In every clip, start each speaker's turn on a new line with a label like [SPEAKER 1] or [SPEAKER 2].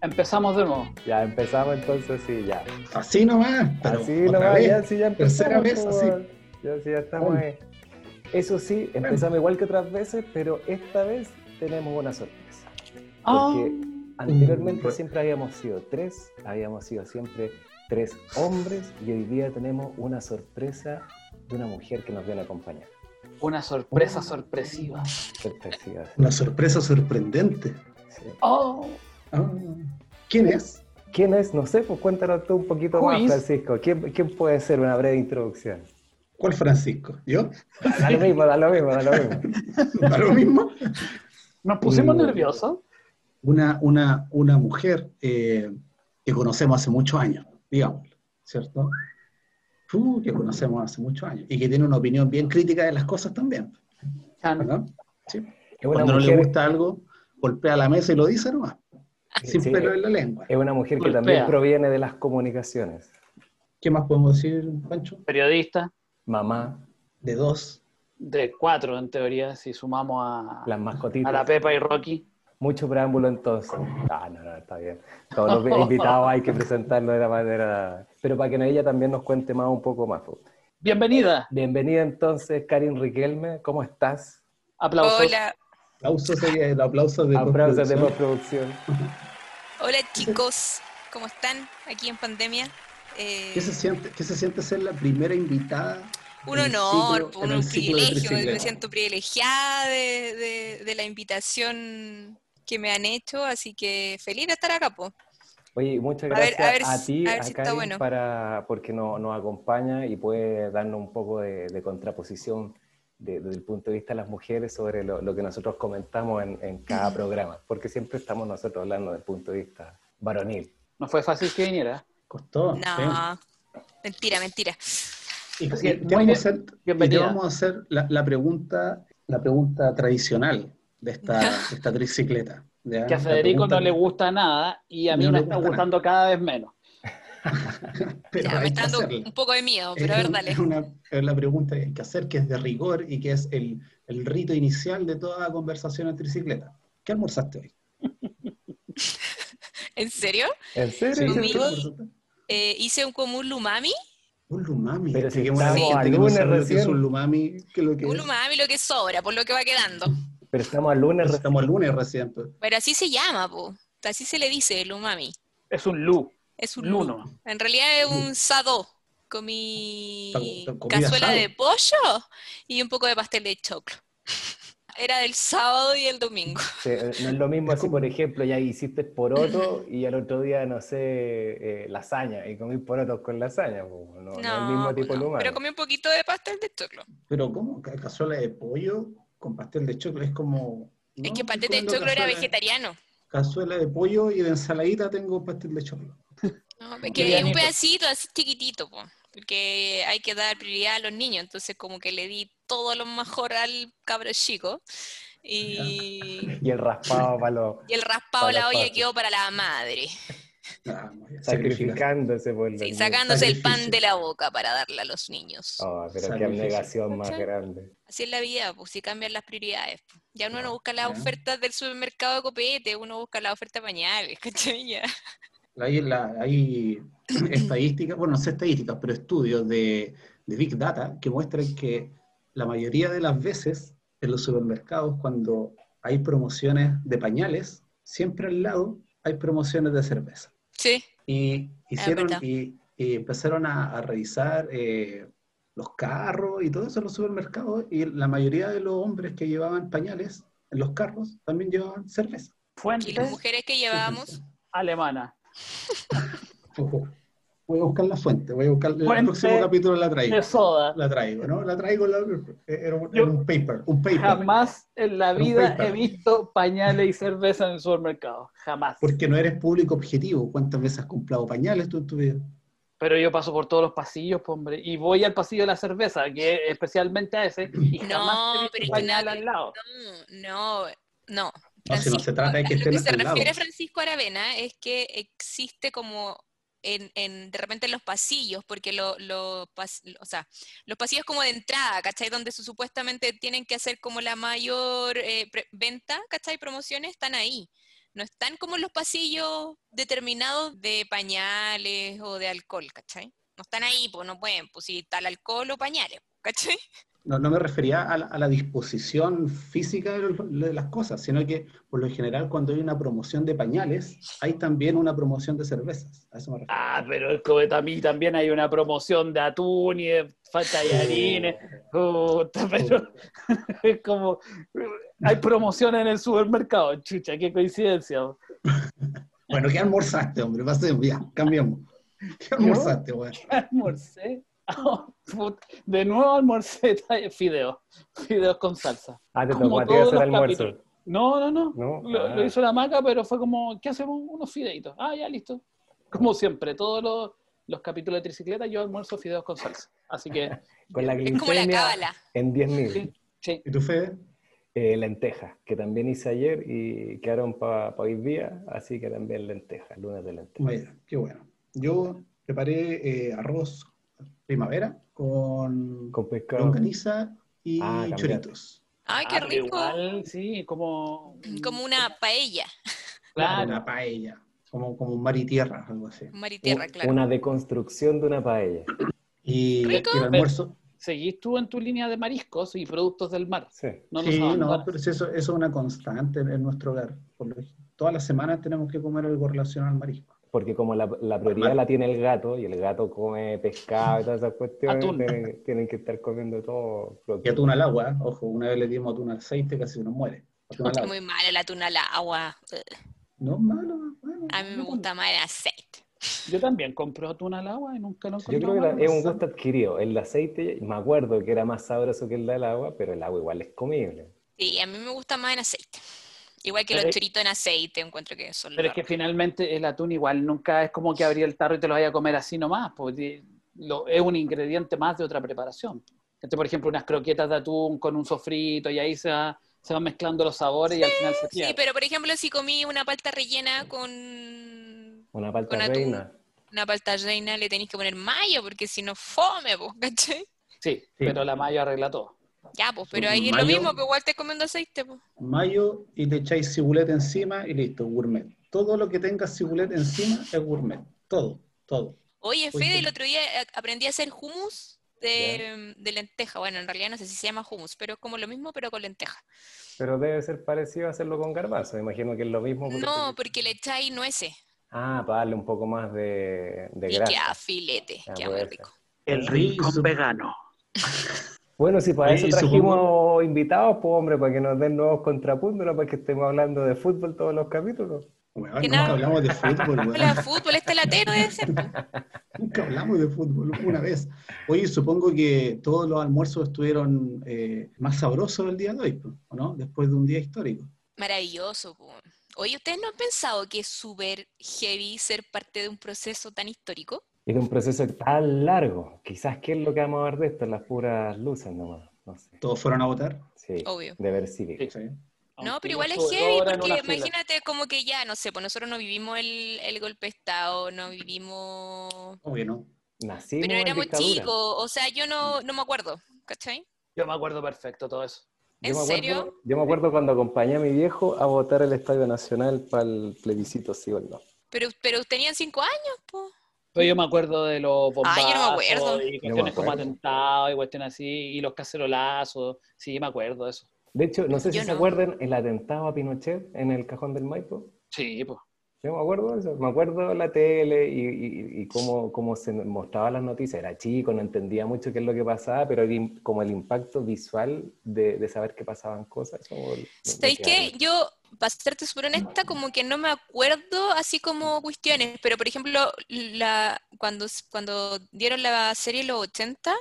[SPEAKER 1] Empezamos de nuevo.
[SPEAKER 2] Ya empezamos entonces, sí, ya.
[SPEAKER 3] Así nomás, pero
[SPEAKER 2] Así
[SPEAKER 3] otra
[SPEAKER 2] nomás,
[SPEAKER 3] vez.
[SPEAKER 2] ya sí, ya
[SPEAKER 3] Tercera
[SPEAKER 2] empezamos.
[SPEAKER 3] vez,
[SPEAKER 2] po,
[SPEAKER 3] así.
[SPEAKER 2] weón. Ya sí, ya estamos.
[SPEAKER 3] Ay.
[SPEAKER 2] eh. Eso sí, empezamos igual que otras veces, pero esta vez tenemos una sorpresa.
[SPEAKER 1] Ah,
[SPEAKER 2] Anteriormente
[SPEAKER 3] Mm,
[SPEAKER 2] siempre habíamos sido tres, habíamos sido siempre tres hombres y hoy día tenemos una sorpresa de una mujer que nos viene a acompañar.
[SPEAKER 1] una sorpresa sorpresiva.
[SPEAKER 2] Sorpresiva. sí,
[SPEAKER 3] Una sorpresa sorprendente.
[SPEAKER 2] sí.
[SPEAKER 1] Oh,
[SPEAKER 3] Ah, ¿Quién es?
[SPEAKER 2] ¿Quién es? No sé, pues cuéntanos tú un poquito más,
[SPEAKER 1] Luis.
[SPEAKER 2] Francisco. ¿Quién, quién puede ser? Una breve introducción.
[SPEAKER 3] ¿Cuál Francisco? ¿Yo?
[SPEAKER 2] Da lo mismo, da lo mismo, da lo mismo.
[SPEAKER 3] ¿Da lo mismo?
[SPEAKER 1] nos pusimos
[SPEAKER 3] Mm.
[SPEAKER 1] nerviosos.
[SPEAKER 3] Una, una, una mujer eh, que conocemos hace muchos años, digámoslo, ¿cierto? Uh, que conocemos hace muchos años y que tiene una opinión bien crítica de las cosas también,
[SPEAKER 1] Chan.
[SPEAKER 3] ¿verdad? Sí.
[SPEAKER 2] Es una
[SPEAKER 3] Cuando no le
[SPEAKER 2] mujer-
[SPEAKER 3] gusta algo, golpea la mesa y lo dice nomás, sin
[SPEAKER 2] sí,
[SPEAKER 3] pelo en la lengua.
[SPEAKER 2] Es una mujer que
[SPEAKER 1] Golpea.
[SPEAKER 2] también proviene de las comunicaciones.
[SPEAKER 3] ¿Qué más podemos decir, Pancho?
[SPEAKER 1] Periodista
[SPEAKER 2] Mamá,
[SPEAKER 3] De dos.
[SPEAKER 1] de cuatro, en teoría, si sumamos a,
[SPEAKER 2] las mascotitas.
[SPEAKER 1] Ah, a la Pepa y Rocky.
[SPEAKER 2] Mucho preámbulo entonces. Ah, no, no, está bien. Todos los invitados hay que presentarlo de la manera... Pero para que ella también nos cuente más un poco más. po.
[SPEAKER 1] Bienvenida.
[SPEAKER 2] Bienvenida entonces, Karin Riquelme. ¿Cómo estás?
[SPEAKER 1] Aplausos.
[SPEAKER 4] Hola,
[SPEAKER 3] Aplausos sería el aplauso de
[SPEAKER 2] Aplausos de
[SPEAKER 3] postproducción.
[SPEAKER 2] postproducción.
[SPEAKER 4] hola chicos, ¿cómo están aquí en pandemia? Eh,
[SPEAKER 3] ¿Qué se siente, qué se siente ser la primera invitada?
[SPEAKER 4] un
[SPEAKER 3] en el
[SPEAKER 4] honor, pues,
[SPEAKER 3] ciclo- en
[SPEAKER 4] un,
[SPEAKER 3] el
[SPEAKER 4] un
[SPEAKER 3] ciclo de
[SPEAKER 4] privilegio, eh, me
[SPEAKER 3] Tricicleta?
[SPEAKER 4] siento privilegiada de, de- de la invitación que me han hecho, así que feliz de estar acá, pues. po.
[SPEAKER 2] Oye, y muchas
[SPEAKER 4] A ver,
[SPEAKER 2] gracias a,
[SPEAKER 4] a ver si-
[SPEAKER 2] ti,
[SPEAKER 4] a
[SPEAKER 2] a,
[SPEAKER 4] ver si está
[SPEAKER 2] Karin,
[SPEAKER 4] bueno.
[SPEAKER 2] para, porque no- nos acompaña y puede darnos un poco de, de contraposición de- desde el punto de vista de las mujeres sobre lo, lo que nosotros comentamos en, en cada programa, porque siempre estamos nosotros hablando del punto de vista varonil.
[SPEAKER 1] No fue fácil que viniera.
[SPEAKER 3] Costó. sí.
[SPEAKER 4] No, mentira, mentira.
[SPEAKER 3] Y,
[SPEAKER 1] Así que,
[SPEAKER 3] y
[SPEAKER 1] muy
[SPEAKER 3] te vamos a
[SPEAKER 1] bien.
[SPEAKER 3] hacer, y te
[SPEAKER 1] Bienvenida.
[SPEAKER 3] vamos a hacer la, la pregunta, la pregunta tradicional de esta, de esta tricicleta. ¿ya?
[SPEAKER 1] Que a
[SPEAKER 3] La
[SPEAKER 1] Federico
[SPEAKER 3] pregunta-
[SPEAKER 1] no le gusta nada y a mí
[SPEAKER 3] No
[SPEAKER 1] me
[SPEAKER 3] le
[SPEAKER 1] está
[SPEAKER 3] gusta
[SPEAKER 1] gustando cada vez menos.
[SPEAKER 3] pero hay
[SPEAKER 4] Ya, me
[SPEAKER 3] que
[SPEAKER 4] está dando
[SPEAKER 3] hacerla.
[SPEAKER 4] un poco de miedo, pero
[SPEAKER 3] Es
[SPEAKER 4] a ver,
[SPEAKER 3] un-
[SPEAKER 4] dale.
[SPEAKER 3] es una- es la pregunta que hay que hacer, que es de rigor y que es el, el rito inicial de toda conversación en tricicleta. ¿Qué almorzaste hoy?
[SPEAKER 4] ¿En serio?
[SPEAKER 2] ¿En
[SPEAKER 3] ¿Sí,
[SPEAKER 2] serio?
[SPEAKER 4] Sí,
[SPEAKER 3] cierto?
[SPEAKER 4] comí- Eh, hice un común lumami.
[SPEAKER 3] Un lumami.
[SPEAKER 2] Pero si
[SPEAKER 3] Expliquémosle a la
[SPEAKER 4] estamos
[SPEAKER 3] gente
[SPEAKER 2] a
[SPEAKER 3] que no
[SPEAKER 2] lunes
[SPEAKER 3] sabe lo que es
[SPEAKER 2] recién.
[SPEAKER 3] un lumami, que lo que
[SPEAKER 4] Un
[SPEAKER 3] es.
[SPEAKER 4] lumami lo que sobra, por lo que va quedando.
[SPEAKER 2] Pero estamos al lunes. recién.
[SPEAKER 3] Estamos el lunes recién. pues.
[SPEAKER 4] Pero así se llama, po. Así se le dice, lumami.
[SPEAKER 1] Es un Lu.
[SPEAKER 4] Es un
[SPEAKER 1] Lu
[SPEAKER 4] lu.
[SPEAKER 1] nomás.
[SPEAKER 4] En realidad es un sado. Comí
[SPEAKER 3] Ta- ta- comida
[SPEAKER 4] cazuela
[SPEAKER 3] asado.
[SPEAKER 4] de pollo y un poco de pastel de choclo. Era del sábado y el domingo.
[SPEAKER 2] Sí, eh, no es lo mismo si, por ejemplo, ya hiciste poroto y al otro día, no sé, eh, lasaña y comí porotos con lasaña. po, No, no es el mismo tipo
[SPEAKER 4] no,
[SPEAKER 2] de humano.
[SPEAKER 4] pero comí un poquito de pastel de choclo.
[SPEAKER 3] Pero ¿cómo? Ca- Cazuela de pollo con pastel de choclo es como...
[SPEAKER 4] es
[SPEAKER 3] ¿no?
[SPEAKER 4] que pastel de
[SPEAKER 3] Comiendo
[SPEAKER 4] choclo era
[SPEAKER 3] cazuela-
[SPEAKER 4] vegetariano.
[SPEAKER 3] Cazuela de pollo y de ensaladita tengo pastel de choclo.
[SPEAKER 4] No, es
[SPEAKER 1] Qué
[SPEAKER 4] que es un
[SPEAKER 1] bonito.
[SPEAKER 4] pedacito así chiquitito, po, porque hay que dar prioridad a los niños. Entonces como que le di todo lo mejor al cabro chico. Y,
[SPEAKER 2] Y el raspado para los...
[SPEAKER 4] y el raspado de
[SPEAKER 2] Para
[SPEAKER 4] la olla
[SPEAKER 2] fácil.
[SPEAKER 4] quedó para la madre.
[SPEAKER 3] Ah, muy bien, sacrificado.
[SPEAKER 2] Sacrificándose por los
[SPEAKER 4] Sí,
[SPEAKER 2] niños.
[SPEAKER 4] sacándose el pan
[SPEAKER 3] Sacrificio.
[SPEAKER 4] de la boca para darle a los niños.
[SPEAKER 2] Oh, pero qué
[SPEAKER 3] Sacrificio.
[SPEAKER 2] abnegación más
[SPEAKER 4] ¿Cachai?
[SPEAKER 2] grande.
[SPEAKER 4] Así es la vida, pues si cambian las prioridades. pues. Ya uno
[SPEAKER 3] Ya,
[SPEAKER 4] no busca las
[SPEAKER 3] ya.
[SPEAKER 4] ofertas del supermercado de copete, uno busca las ofertas de pañales, ¿cachai? Ya.
[SPEAKER 3] Hay, la- hay estadísticas, bueno, no sé estadísticas, pero estudios de, de Big Data que muestran que la mayoría de las veces en los supermercados cuando hay promociones de pañales, siempre al lado hay promociones de cerveza.
[SPEAKER 4] Sí.
[SPEAKER 3] Y hicieron
[SPEAKER 4] Ah, verdad.
[SPEAKER 3] y, y empezaron a, a revisar eh, los carros y todo eso en los supermercados. Y la mayoría de los hombres que llevaban pañales en los carros también llevaban cerveza.
[SPEAKER 4] Y las
[SPEAKER 1] Fuentes
[SPEAKER 4] mujeres que llevábamos,
[SPEAKER 1] alemanas.
[SPEAKER 3] Ojo. Voy a buscar la fuente, voy a buscar el
[SPEAKER 1] Fuente
[SPEAKER 3] próximo capítulo la traigo.
[SPEAKER 1] De soda.
[SPEAKER 3] La traigo, ¿no? La traigo, la- eh, era, un,
[SPEAKER 1] Yo-
[SPEAKER 3] era un paper, un paper.
[SPEAKER 1] Jamás en la
[SPEAKER 3] Era un
[SPEAKER 1] vida
[SPEAKER 3] paper.
[SPEAKER 1] he visto pañales y cerveza en el supermercado. Jamás.
[SPEAKER 3] Porque no eres público objetivo. ¿Cuántas veces has comprado pañales tú en tu vida?
[SPEAKER 1] Pero yo paso por todos los pasillos, po, hombre, y voy al pasillo de la cerveza, que es especialmente a ese, y
[SPEAKER 4] No,
[SPEAKER 1] jamás he visto
[SPEAKER 4] pero es que
[SPEAKER 1] pañal
[SPEAKER 4] nadie-
[SPEAKER 1] al lado.
[SPEAKER 4] no, no, no.
[SPEAKER 3] No, si no se trata de que
[SPEAKER 4] lo
[SPEAKER 3] estén
[SPEAKER 4] que se
[SPEAKER 3] al lado.
[SPEAKER 4] refiere a Francisco Aravena es que existe como en, en, de repente en los pasillos, porque lo, lo pas, o sea, los pasillos como de entrada, ¿cachai? Donde su, supuestamente tienen que hacer como la mayor eh, pre- venta, ¿cachai? Promociones están ahí. No están como en los pasillos determinados de pañales o de alcohol, ¿cachai? No están ahí, pues no pueden, pues si tal alcohol o pañales, ¿cachai?
[SPEAKER 3] No, no me refería a la, a la disposición física de, lo- de las cosas, sino que por lo general cuando hay una promoción de pañales, hay también una promoción de cervezas. A eso me refiero.
[SPEAKER 1] Ah, pero el Cobet a mí también hay una promoción de atún y de falta de harines. Puta, pero es como. Hay promoción en el supermercado, chucha, qué coincidencia.
[SPEAKER 3] Bueno, ¿qué almorzaste, hombre? Pasemos, ya, cambiamos. ¿Qué almorzaste, weón?
[SPEAKER 1] Almorcé. Oh, puta. De nuevo almorcé ta- fideos, fideos con salsa.
[SPEAKER 2] Ah, te
[SPEAKER 1] Como
[SPEAKER 2] tocó a ti
[SPEAKER 1] todos
[SPEAKER 2] hacer
[SPEAKER 1] los
[SPEAKER 2] almuerzo.
[SPEAKER 1] capítulos. No, no, no.
[SPEAKER 2] No,
[SPEAKER 1] Lo,
[SPEAKER 2] ah.
[SPEAKER 1] lo hizo la maca, pero fue como, ¿qué hacemos? Unos fideitos. Ah, ya, listo. Como siempre, todos los, los capítulos de tricicleta yo almuerzo fideos con salsa. Así que,
[SPEAKER 2] Con la
[SPEAKER 4] Es como la
[SPEAKER 2] glicemia
[SPEAKER 4] cábala.
[SPEAKER 2] En 10.000.
[SPEAKER 1] sí, sí.
[SPEAKER 3] ¿Y tu Fede?
[SPEAKER 2] Eh, lentejas, que también hice ayer y quedaron para hoy día, así que también lentejas, lunes de lentejas.
[SPEAKER 3] Bueno, qué bueno. Yo preparé eh, arroz primavera con,
[SPEAKER 2] Con pescado.
[SPEAKER 3] longaniza y
[SPEAKER 2] Ah, cambiaste.
[SPEAKER 3] choritos.
[SPEAKER 4] Ay, qué
[SPEAKER 1] Ah, pero
[SPEAKER 4] rico.
[SPEAKER 1] Igual, sí, como...
[SPEAKER 4] Como una paella,
[SPEAKER 1] Claro.
[SPEAKER 3] Una paella, como, como un mar y tierra, algo así.
[SPEAKER 4] mar y tierra,
[SPEAKER 2] Un-
[SPEAKER 4] claro.
[SPEAKER 2] Una deconstrucción de una paella.
[SPEAKER 3] Y,
[SPEAKER 4] Rico.
[SPEAKER 3] y el almuerzo.
[SPEAKER 1] Seguís tú en tu línea de mariscos y productos del mar.
[SPEAKER 2] Sí.
[SPEAKER 1] No nos
[SPEAKER 3] sí, no,
[SPEAKER 1] abandonas.
[SPEAKER 3] pero si eso, eso es una constante en, en nuestro hogar. Por lo- Todas las semanas tenemos que comer algo relacionado al marisco.
[SPEAKER 2] Porque como la, la prioridad la tiene el gato y el gato come pescado y todas esas cuestiones,
[SPEAKER 1] Atún.
[SPEAKER 2] Tienen, tienen que estar comiendo todo.
[SPEAKER 3] Y atún al agua, ¿eh? ojo, una vez le dimos atún al aceite, casi nos muere. Atún al
[SPEAKER 4] Es
[SPEAKER 3] agua.
[SPEAKER 4] muy malo el atún al agua. eh,
[SPEAKER 3] No, malo, bueno,
[SPEAKER 4] A mí me
[SPEAKER 3] no
[SPEAKER 4] gusta más el aceite.
[SPEAKER 1] Yo también compro atún al agua y nunca lo
[SPEAKER 2] Yo creo que
[SPEAKER 1] encontré.
[SPEAKER 2] la- es un gusto adquirido. El de aceite, me acuerdo que era más sabroso que el del agua, pero el agua igual es comible.
[SPEAKER 4] Sí, a mí me gusta más en aceite. Igual que
[SPEAKER 1] Pero-
[SPEAKER 4] los choritos en aceite, encuentro que son
[SPEAKER 1] Pero es
[SPEAKER 4] lo-
[SPEAKER 1] que finalmente el atún igual nunca es como que abrir el tarro y te lo vaya a comer así nomás, porque lo- es un ingrediente más de otra preparación. Entonces, por ejemplo, unas croquetas de atún con un sofrito y ahí se, va- se van mezclando los sabores y al final se
[SPEAKER 4] Sí,
[SPEAKER 1] pierde.
[SPEAKER 4] pero por ejemplo, si comí una palta rellena con
[SPEAKER 2] Una palta
[SPEAKER 4] Con atún.
[SPEAKER 2] reina.
[SPEAKER 4] una palta reina, le tenéis que poner mayo, porque si no, fome, pues, ¿cachai?
[SPEAKER 1] Sí, pero la mayo arregla todo.
[SPEAKER 4] Ya, pues, pero ahí es
[SPEAKER 3] Mayo.
[SPEAKER 4] lo mismo, pero igual te comiendo aceite, pues.
[SPEAKER 3] mayo y le echáis cibulet encima y listo, gourmet. Todo lo que tenga cibulet encima es gourmet. Todo, todo.
[SPEAKER 4] Oye,
[SPEAKER 3] Oye,
[SPEAKER 4] Fede, el
[SPEAKER 3] pero-
[SPEAKER 4] otro día eh, aprendí a hacer hummus de, de lenteja. Bueno, en realidad no sé si se llama hummus, pero es como lo mismo, pero con lenteja.
[SPEAKER 2] Pero debe ser parecido a hacerlo con garbanzo. me Imagino que es lo mismo. porque-
[SPEAKER 4] No, porque le echáis nueces.
[SPEAKER 2] Ah, para darle un poco más de, de
[SPEAKER 4] Y queda
[SPEAKER 2] grasa.
[SPEAKER 4] filete,
[SPEAKER 2] Ah,
[SPEAKER 4] queda muy
[SPEAKER 2] puede ser.
[SPEAKER 4] rico.
[SPEAKER 1] El
[SPEAKER 3] rincón
[SPEAKER 1] vegano.
[SPEAKER 2] Bueno, si para
[SPEAKER 3] Oye,
[SPEAKER 2] eso
[SPEAKER 3] y
[SPEAKER 2] trajimos
[SPEAKER 3] supongo-
[SPEAKER 2] invitados, pues hombre, para que nos den nuevos contrapuntos, no para que estemos hablando de fútbol todos los capítulos.
[SPEAKER 3] Weón,
[SPEAKER 4] Que
[SPEAKER 3] nunca
[SPEAKER 4] nada.
[SPEAKER 3] hablamos de fútbol, weón.
[SPEAKER 4] La fútbol, este latero debe ser. po.
[SPEAKER 3] Nunca hablamos de fútbol una vez. Oye, supongo que todos los almuerzos estuvieron eh, más sabrosos el día de hoy, ¿o no? Después de un día histórico.
[SPEAKER 4] Maravilloso, po. Oye, ¿ustedes no han pensado que es súper heavy ser parte de un proceso tan histórico?
[SPEAKER 2] Es un proceso tan largo. Quizás qué es lo que vamos a ver de esto, las puras luces nomás. No sé.
[SPEAKER 3] Todos fueron a votar.
[SPEAKER 2] Sí,
[SPEAKER 4] Obvio.
[SPEAKER 2] deber cívico.
[SPEAKER 1] Sí.
[SPEAKER 3] Sí.
[SPEAKER 4] No, pero igual es heavy, porque imagínate como que ya, no sé, pues nosotros no vivimos el, el golpe de Estado, no vivimos...
[SPEAKER 3] Obvio, ¿no?
[SPEAKER 2] Nacimos
[SPEAKER 4] Pero
[SPEAKER 2] en
[SPEAKER 4] éramos
[SPEAKER 2] dictadura.
[SPEAKER 4] chicos, o sea, yo no, no me acuerdo, ¿cachai?
[SPEAKER 1] Yo me acuerdo perfecto todo eso.
[SPEAKER 2] Yo
[SPEAKER 4] ¿En
[SPEAKER 2] me acuerdo-
[SPEAKER 4] serio?
[SPEAKER 2] Yo me acuerdo cuando acompañé a mi viejo a votar el Estadio Nacional para el plebiscito, sí o no.
[SPEAKER 4] Pero, pero tenían cinco años, po.
[SPEAKER 1] Pero yo me acuerdo de los bombazos
[SPEAKER 4] Ah, yo no me acuerdo.
[SPEAKER 1] y
[SPEAKER 2] Yo me
[SPEAKER 1] cuestiones como
[SPEAKER 2] acuerdo.
[SPEAKER 1] atentados y cuestiones así, y los cacerolazos. Sí, me acuerdo de eso.
[SPEAKER 2] De hecho, no sé si
[SPEAKER 4] Yo
[SPEAKER 2] se
[SPEAKER 4] no.
[SPEAKER 2] acuerdan el atentado a Pinochet en el cajón del Maipo.
[SPEAKER 1] Sí, pues.
[SPEAKER 2] Yo me acuerdo de eso, me acuerdo de la tele y, y- y cómo, cómo se mostraban las noticias. Era chico, no entendía mucho qué es lo que pasaba, pero el im- como el impacto visual de, de saber que pasaban cosas. eso me- me-
[SPEAKER 4] ¿Sabéis
[SPEAKER 2] me
[SPEAKER 4] qué?
[SPEAKER 2] queda.
[SPEAKER 4] Yo, para serte súper honesta, como que no me acuerdo así como cuestiones, pero por ejemplo, la, cuando, s- cuando dieron la serie Los 80,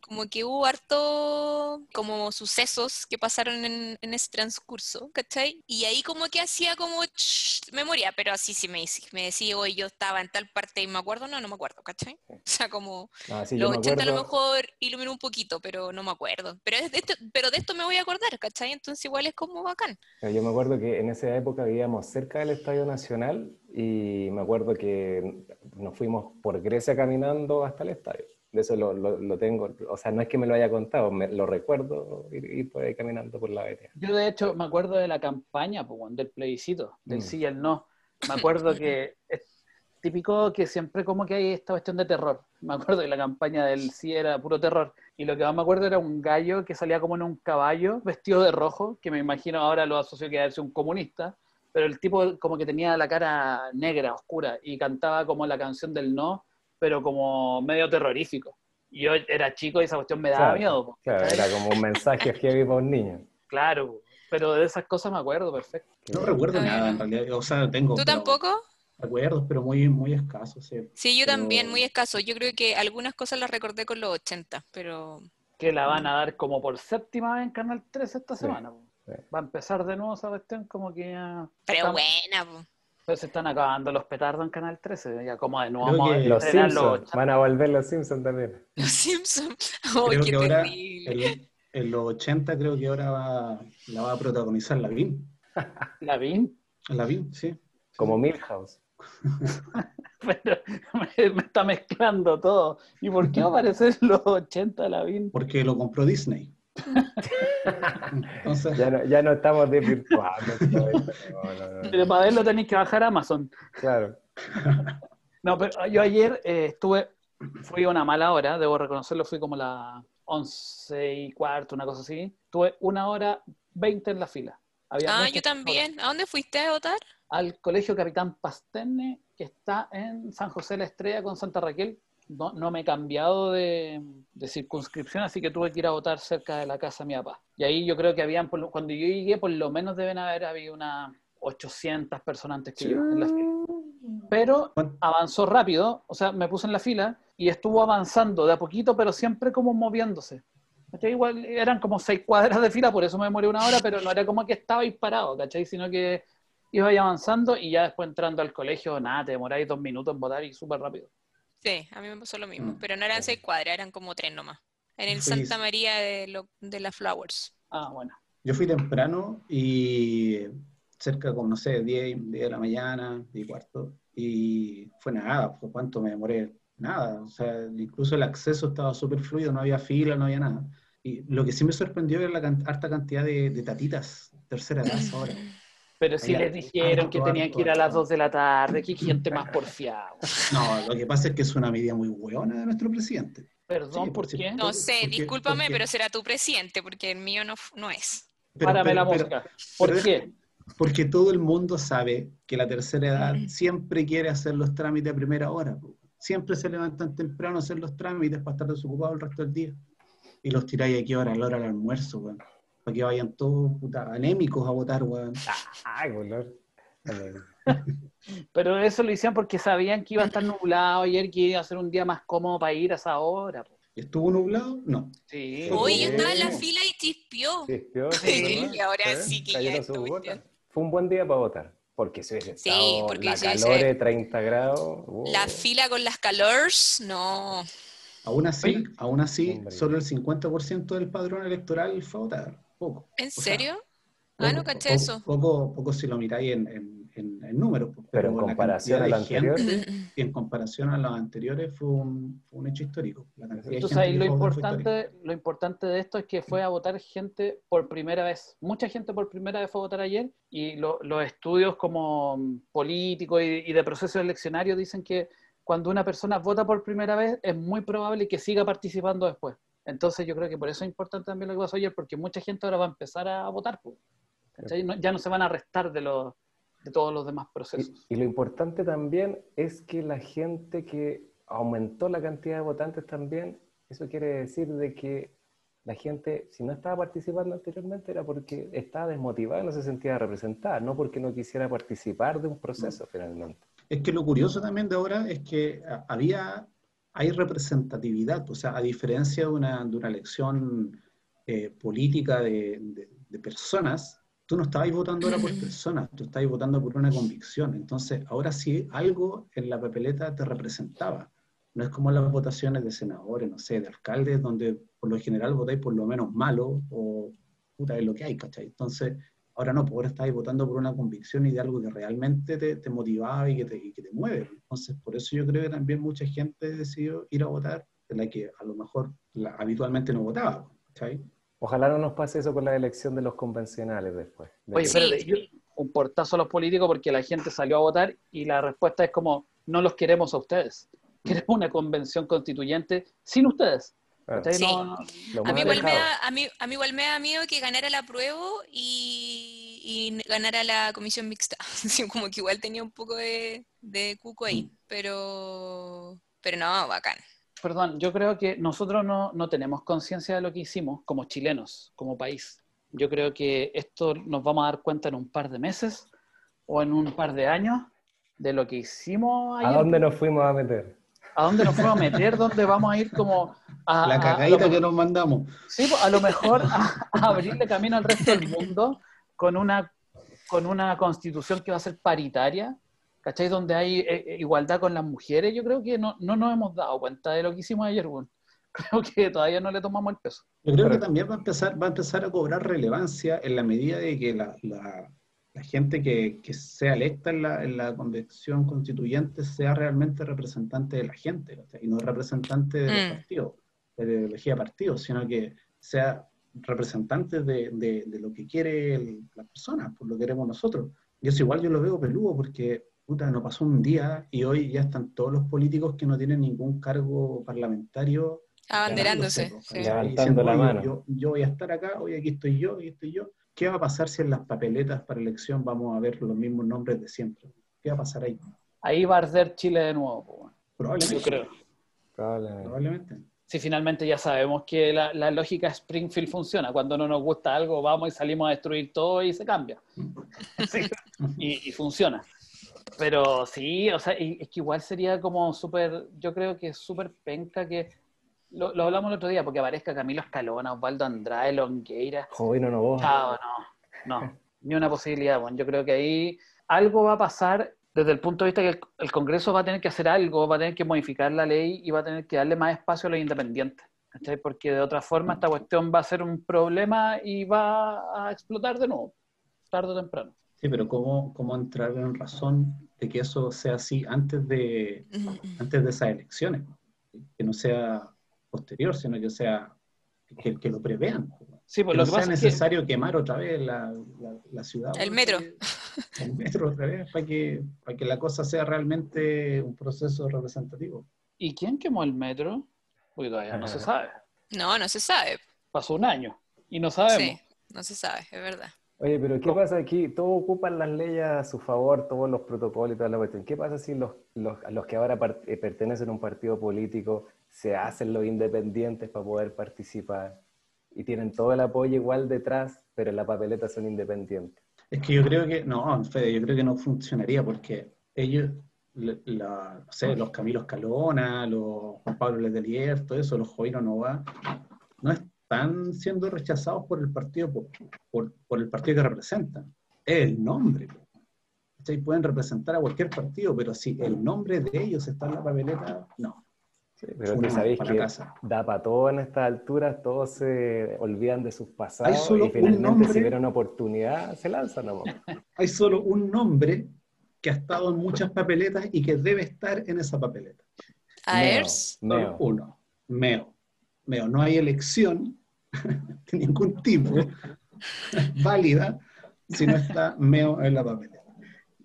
[SPEAKER 4] como que hubo harto como sucesos que pasaron en, en ese transcurso, ¿cachai? Y ahí como que hacía como ch- memoria, pero así sí me, hice- me decía, hoy yo estaba en tal parte y me acuerdo, no, no me acuerdo, ¿cachai? O sea, como
[SPEAKER 2] Ah, sí, yo
[SPEAKER 4] los
[SPEAKER 2] me
[SPEAKER 4] 80 a lo
[SPEAKER 2] acuerdo-
[SPEAKER 4] mejor iluminó un poquito, pero no me acuerdo. Pero, es de esto, pero de esto me voy a acordar, ¿cachai? Entonces igual es como bacán.
[SPEAKER 2] Yo me acuerdo que en esa época vivíamos cerca del Estadio Nacional y me acuerdo que nos fuimos por Grecia caminando hasta el estadio. De eso lo, lo, lo tengo, o sea, no es que me lo haya contado, me, lo recuerdo ir, ir por ahí caminando por la vereda.
[SPEAKER 1] Yo de hecho me acuerdo de la campaña, pues, bueno, del plebiscito, del
[SPEAKER 2] Mm.
[SPEAKER 1] sí y el no. Me acuerdo que es típico que siempre como que hay esta cuestión de terror. Me acuerdo que la campaña del sí era puro terror. Y lo que más me acuerdo era un gallo que salía como en un caballo vestido de rojo, que me imagino ahora lo asocio que es un comunista, pero el tipo como que tenía la cara negra, oscura, y cantaba como la canción del no, pero como medio terrorífico. Y yo era chico y esa cuestión me daba
[SPEAKER 2] Claro,
[SPEAKER 1] miedo. po,
[SPEAKER 2] Claro,
[SPEAKER 1] ¿cachai?
[SPEAKER 2] era como un mensaje heavy para un niño.
[SPEAKER 1] Claro, pero de esas cosas me acuerdo perfecto.
[SPEAKER 2] Que-
[SPEAKER 3] No recuerdo
[SPEAKER 4] Está
[SPEAKER 3] nada, en
[SPEAKER 4] bien.
[SPEAKER 3] realidad. O sea, tengo
[SPEAKER 4] ¿Tú
[SPEAKER 3] pero-
[SPEAKER 4] tampoco?
[SPEAKER 3] recuerdos, pero muy, muy escasos. sí.
[SPEAKER 4] Sí, yo también,
[SPEAKER 3] Pero-
[SPEAKER 4] muy escaso. Yo creo que algunas cosas las recordé con los 80, pero
[SPEAKER 1] Que la van a dar como por séptima vez en Canal 3 esta
[SPEAKER 2] Sí,
[SPEAKER 1] semana. po.
[SPEAKER 2] sí.
[SPEAKER 1] Va a empezar de nuevo esa cuestión como que ya...
[SPEAKER 4] pero
[SPEAKER 1] Tam-
[SPEAKER 4] buena, po.
[SPEAKER 1] Pero se están acabando los petardos en Canal 13, ya como de nuevo
[SPEAKER 3] Creo
[SPEAKER 1] vamos a
[SPEAKER 3] que
[SPEAKER 2] Los
[SPEAKER 1] estrenar
[SPEAKER 2] Simpsons,
[SPEAKER 1] los-
[SPEAKER 2] van a volver los Simpsons también.
[SPEAKER 4] Los Simpsons. Oh,
[SPEAKER 3] Creo
[SPEAKER 4] qué
[SPEAKER 3] que ahora
[SPEAKER 4] terrible.
[SPEAKER 3] el- en los 80 creo que ahora va, la va a protagonizar la BIM.
[SPEAKER 1] la vi,
[SPEAKER 3] La BIM, sí.
[SPEAKER 2] Como Milhouse.
[SPEAKER 1] pero me, me está mezclando todo. ¿Y por qué va a aparecer los 80 la vi?
[SPEAKER 3] Porque lo compró Disney. Entonces,
[SPEAKER 2] Ya no, ya no estamos desvirtuando. todo esto. No, no, no.
[SPEAKER 1] Pero para verlo tenéis que bajar a Amazon.
[SPEAKER 2] Claro.
[SPEAKER 1] No, pero yo ayer eh, estuve, fui a una mala hora, debo reconocerlo, fui como las 11 y cuarto, una cosa así. Tuve una hora 20 en la fila. Había
[SPEAKER 4] Ah,
[SPEAKER 1] mucha
[SPEAKER 4] yo
[SPEAKER 1] gente
[SPEAKER 4] también. ¿A dónde fuiste a votar?
[SPEAKER 1] Al colegio Capitán Pastene, que está en San José de la Estrella con Santa Raquel. No, no me he cambiado de, de circunscripción, así que tuve que ir a votar cerca de la casa de mi papá. Y ahí yo creo que habían, por lo- cuando yo llegué, por lo menos deben haber habido unas 800 personas antes que yo en la fila. Pero avanzó rápido, o sea, me puse en la fila y estuvo avanzando de a poquito, pero siempre como moviéndose. ¿Cachai? Igual eran como seis cuadras de fila, por eso me demoré una hora, pero no era como que estaba ahí parado, ¿cachai? Sino que iba ahí avanzando y ya después entrando al colegio, nada, te demoráis dos minutos en votar y súper rápido.
[SPEAKER 4] Sí, a mí me pasó lo mismo,
[SPEAKER 3] Mm,
[SPEAKER 4] pero no eran
[SPEAKER 3] sí.
[SPEAKER 4] seis cuadras, eran como tres nomás. En el
[SPEAKER 3] Sí,
[SPEAKER 4] Santa
[SPEAKER 3] sí.
[SPEAKER 4] María de, lo- de las Flowers.
[SPEAKER 1] Ah, bueno.
[SPEAKER 3] yo fui temprano y cerca con, no sé, 10, y- 10 de la mañana, 10 y cuarto. Y fue nada, fue cuánto me demoré. Nada, o sea, incluso el acceso estaba súper fluido, no había fila, no había nada. Y lo que sí me sorprendió era la can- harta cantidad de, de tatitas, tercera edad ahora.
[SPEAKER 1] Pero sí
[SPEAKER 3] Había
[SPEAKER 1] les dijeron que
[SPEAKER 3] harto,
[SPEAKER 1] tenían
[SPEAKER 3] harto,
[SPEAKER 1] que ir a las
[SPEAKER 3] harto.
[SPEAKER 1] dos de la tarde, que gente más porfiada.
[SPEAKER 3] No, lo que pasa es que es una medida muy hueona de nuestro presidente.
[SPEAKER 1] Perdón,
[SPEAKER 3] Sí,
[SPEAKER 1] ¿por
[SPEAKER 3] sí.
[SPEAKER 1] qué?
[SPEAKER 4] No
[SPEAKER 3] Porque-
[SPEAKER 4] sé,
[SPEAKER 3] porque-
[SPEAKER 4] discúlpame,
[SPEAKER 3] porque-
[SPEAKER 4] pero será tu presidente, porque el mío no, f- no es.
[SPEAKER 3] Pero-
[SPEAKER 1] Párame
[SPEAKER 3] pero-
[SPEAKER 1] la
[SPEAKER 3] pero-
[SPEAKER 1] música. ¿Por
[SPEAKER 3] pero-
[SPEAKER 1] qué?
[SPEAKER 3] Porque todo el mundo sabe que la tercera edad siempre quiere hacer los trámites a primera hora. po. Siempre se levantan temprano a hacer los trámites para estar desocupados el resto del día. Y los tiráis aquí ahora, a la hora del almuerzo, weón. Para que vayan todos puta, anémicos a votar, weón.
[SPEAKER 2] Ay, color.
[SPEAKER 1] Pero eso lo hicieron porque sabían que iba a estar nublado ayer, que iba a ser un día más cómodo para ir a esa hora. po.
[SPEAKER 3] ¿Estuvo nublado? No.
[SPEAKER 1] Sí.
[SPEAKER 2] Sí.
[SPEAKER 4] Hoy yo
[SPEAKER 2] Sí.
[SPEAKER 4] estaba en la fila y tispió.
[SPEAKER 2] Sí, yo,
[SPEAKER 4] Sí,
[SPEAKER 2] ¿verdad?
[SPEAKER 4] y ahora
[SPEAKER 2] ¿Eh?
[SPEAKER 4] sí que ya
[SPEAKER 2] Cayeron sus
[SPEAKER 4] estoy
[SPEAKER 2] botas.
[SPEAKER 4] bien.
[SPEAKER 2] Fue un buen día para votar, porque si hubiese
[SPEAKER 4] Sí,
[SPEAKER 2] estado
[SPEAKER 4] porque
[SPEAKER 2] la
[SPEAKER 4] si hubiese-
[SPEAKER 2] calor de 30 grados, uh. wow.
[SPEAKER 3] oh.
[SPEAKER 4] La fila con las calors, no.
[SPEAKER 3] Aún así, aún así,
[SPEAKER 2] Hombre.
[SPEAKER 3] solo el 50% del padrón electoral fue a votar. Poco.
[SPEAKER 4] ¿En
[SPEAKER 3] O sea,
[SPEAKER 4] serio? Ah, no
[SPEAKER 3] Poco-
[SPEAKER 4] caché
[SPEAKER 3] po-
[SPEAKER 4] eso.
[SPEAKER 3] Poco, poco si lo miráis en, en, en- en números. po.
[SPEAKER 2] Pero en
[SPEAKER 3] la
[SPEAKER 2] comparación a la
[SPEAKER 3] cantidad de gente-
[SPEAKER 2] anterior,
[SPEAKER 3] y en comparación a los anteriores fue un, fue un hecho histórico. La cantidad de
[SPEAKER 1] Entonces
[SPEAKER 3] gente
[SPEAKER 1] ahí
[SPEAKER 3] que
[SPEAKER 1] lo
[SPEAKER 3] fue a votar fue histórica.
[SPEAKER 1] importante, lo importante de esto es que fue a votar gente por primera vez. Mucha gente por primera vez fue a votar ayer y lo- los estudios como mm, políticos y, y de proceso eleccionario dicen que cuando una persona vota por primera vez es muy probable que siga participando después. Entonces yo creo que por eso es importante también lo que pasó ayer porque mucha gente ahora va a empezar a votar. po. ¿Cachai? No- ya no se van a restar de, los, de todos los demás procesos.
[SPEAKER 2] Y, y lo importante también es que la gente que aumentó la cantidad de votantes también, eso quiere decir de que la gente, si no estaba participando anteriormente, era porque estaba desmotivada, no se sentía representada, no porque no quisiera participar de un proceso finalmente.
[SPEAKER 3] Es que lo curioso también de ahora es que a- había, hay representatividad, o sea, a diferencia de una, de una elección eh, política de, de- de personas, tú no estabais votando ahora por personas, tú estabais votando por una convicción. Entonces, ahora sí algo en la papeleta te representaba. No es como las votaciones de senadores, no sé, de alcaldes, donde por lo general votáis por lo menos malo o puta es lo que hay, ¿cachai? Entonces, Ahora no, pues ahora estáis votando por una convicción y de algo que realmente te, te motivaba y que te, y que te mueve. Entonces, por eso yo creo que también mucha gente decidió ir a votar de la que a lo mejor la- habitualmente no votaba. ¿cachai?
[SPEAKER 2] Ojalá no nos pase eso con la elección de los convencionales después. De
[SPEAKER 1] Oye,
[SPEAKER 2] que-
[SPEAKER 4] Sí.
[SPEAKER 1] pero un portazo a los políticos porque la gente salió a votar y la respuesta es como, no los queremos a ustedes. Queremos una convención constituyente sin ustedes.
[SPEAKER 2] claro,
[SPEAKER 1] ¿Cachai?
[SPEAKER 4] Sí.
[SPEAKER 1] No- no-
[SPEAKER 2] lo
[SPEAKER 4] A
[SPEAKER 2] más
[SPEAKER 4] mí, igual me
[SPEAKER 2] alejado.
[SPEAKER 4] da, a, mí, a mí igual me da miedo que ganara la prueba y, y ganara la comisión mixta. Así Como que igual tenía un poco de, de cuco ahí,
[SPEAKER 3] Mm.
[SPEAKER 4] pero, pero no, bacán.
[SPEAKER 1] Perdón, yo creo que nosotros no, no tenemos conciencia de lo que hicimos como chilenos, como país. Yo creo que esto nos vamos a dar cuenta en un par de meses o en un par de años de lo que hicimos
[SPEAKER 2] ¿A
[SPEAKER 1] ayer.
[SPEAKER 2] dónde nos fuimos a meter?
[SPEAKER 1] ¿A dónde nos fuimos a meter? ¿Dónde vamos a ir como a... a-
[SPEAKER 3] La
[SPEAKER 1] a-
[SPEAKER 3] cagadita que nos mandamos.
[SPEAKER 1] Sí, pues, a lo mejor a, a abrirle camino al resto del mundo con una, con una constitución que va a ser paritaria, ¿cachai? Donde hay eh, eh, igualdad con las mujeres. Yo creo que no, no nos hemos dado cuenta de lo que hicimos ayer, weón. Creo que todavía no le tomamos el peso.
[SPEAKER 3] Yo creo que
[SPEAKER 2] Correcto.
[SPEAKER 3] también va a empezar, va a empezar a cobrar relevancia en la medida de que la, la- la gente que, que sea electa en la, en la convención constituyente sea realmente representante de la gente, ¿cachai? y no representante de los
[SPEAKER 4] Mm.
[SPEAKER 3] partidos, de la ideología de partidos, sino que sea representante de, de- de lo que quiere el- la persona, por lo que queremos nosotros. Y eso igual yo lo veo peludo porque, puta, no pasó un día y hoy ya están todos los políticos que no tienen ningún cargo parlamentario
[SPEAKER 4] Abanderándose.
[SPEAKER 3] ganándose,
[SPEAKER 4] sí.
[SPEAKER 3] ¿no?
[SPEAKER 2] Levantando
[SPEAKER 3] Diciendo,
[SPEAKER 2] la
[SPEAKER 3] "Oye,
[SPEAKER 2] mano".
[SPEAKER 3] Yo, yo voy a estar acá, hoy aquí estoy yo, aquí estoy yo. ¿Qué va a pasar si en las papeletas para elección vamos a ver los mismos nombres de siempre? ¿Qué va a pasar ahí?
[SPEAKER 1] Ahí va a arder Chile de nuevo, po, weón.
[SPEAKER 3] Probablemente.
[SPEAKER 1] yo creo.
[SPEAKER 2] Probablemente.
[SPEAKER 3] Probablemente.
[SPEAKER 1] Si finalmente ya sabemos que la, la lógica Springfield funciona, cuando no nos gusta algo vamos y salimos a destruir todo y se cambia. y, y funciona. Pero sí, o sea, y- es que igual sería como súper, yo creo que es súper penca que, lo, lo hablamos el otro día, porque aparezca Camilo Escalona, Osvaldo Andrade, Longueira.
[SPEAKER 2] Joven o no vos.
[SPEAKER 3] Ah.
[SPEAKER 1] Chao, no, no, ni una posibilidad, bueno, yo creo que ahí algo va a pasar desde el punto de vista que el, el Congreso va a tener que hacer algo, va a tener que modificar la ley y va a tener que darle más espacio a los independientes. ¿cachai? Porque de otra forma esta cuestión va a ser un problema y va a explotar de nuevo, tarde o temprano.
[SPEAKER 3] Sí, pero ¿cómo, ¿cómo entrar en razón de que eso sea así antes de,
[SPEAKER 4] Mm.
[SPEAKER 3] antes de esas elecciones? Que no sea posterior, sino que sea que, que lo prevean.
[SPEAKER 1] Sí, pues lo
[SPEAKER 3] Que no
[SPEAKER 1] que
[SPEAKER 3] sea
[SPEAKER 1] pasa es que
[SPEAKER 3] necesario quemar otra vez la, la- la ciudad.
[SPEAKER 4] El metro.
[SPEAKER 3] El metro otra vez, para que, para que la cosa sea realmente un proceso representativo.
[SPEAKER 1] ¿Y quién quemó el metro? Porque todavía no se sabe.
[SPEAKER 4] No, no se sabe.
[SPEAKER 1] Pasó un año y no
[SPEAKER 4] Sí,
[SPEAKER 1] sabemos.
[SPEAKER 4] no se sabe, es verdad.
[SPEAKER 2] Oye, pero ¿qué pasa aquí? Todos ocupan las leyes a su favor, todos los protocolos y toda la cuestión. ¿Qué pasa si los, los, los que ahora par- eh, pertenecen a un partido político se hacen los independientes para poder participar y tienen todo el apoyo igual detrás, pero en la papeleta son independientes?
[SPEAKER 3] Es que yo creo que, no, Fede, yo creo que no funcionaría porque ellos, la- la- no sé, los Camilos Calona, los Juan Pablo Letelier, todo eso, los Joiro Nova, no están siendo rechazados por el partido, po- por, por el partido que representan. Es el nombre. po. ¿Cachai? Pueden representar a cualquier partido, pero si el nombre de ellos está en la papeleta, no.
[SPEAKER 2] Sí, pero tú
[SPEAKER 3] Una
[SPEAKER 2] sabéis
[SPEAKER 3] para
[SPEAKER 2] que
[SPEAKER 3] casa.
[SPEAKER 2] da para todo en estas alturas, todos se olvidan de sus pasados
[SPEAKER 3] solo
[SPEAKER 2] y
[SPEAKER 3] un
[SPEAKER 2] finalmente si
[SPEAKER 3] nombre.
[SPEAKER 2] ven una oportunidad se lanzan. ¿no?
[SPEAKER 3] hay solo un nombre que ha estado en muchas papeletas y que debe estar en esa papeleta.
[SPEAKER 4] Aers,
[SPEAKER 2] Meo,
[SPEAKER 3] Solo
[SPEAKER 2] meo.
[SPEAKER 3] uno. Meo. Meo. No hay elección de ningún tipo válida si no está Meo en la papeleta.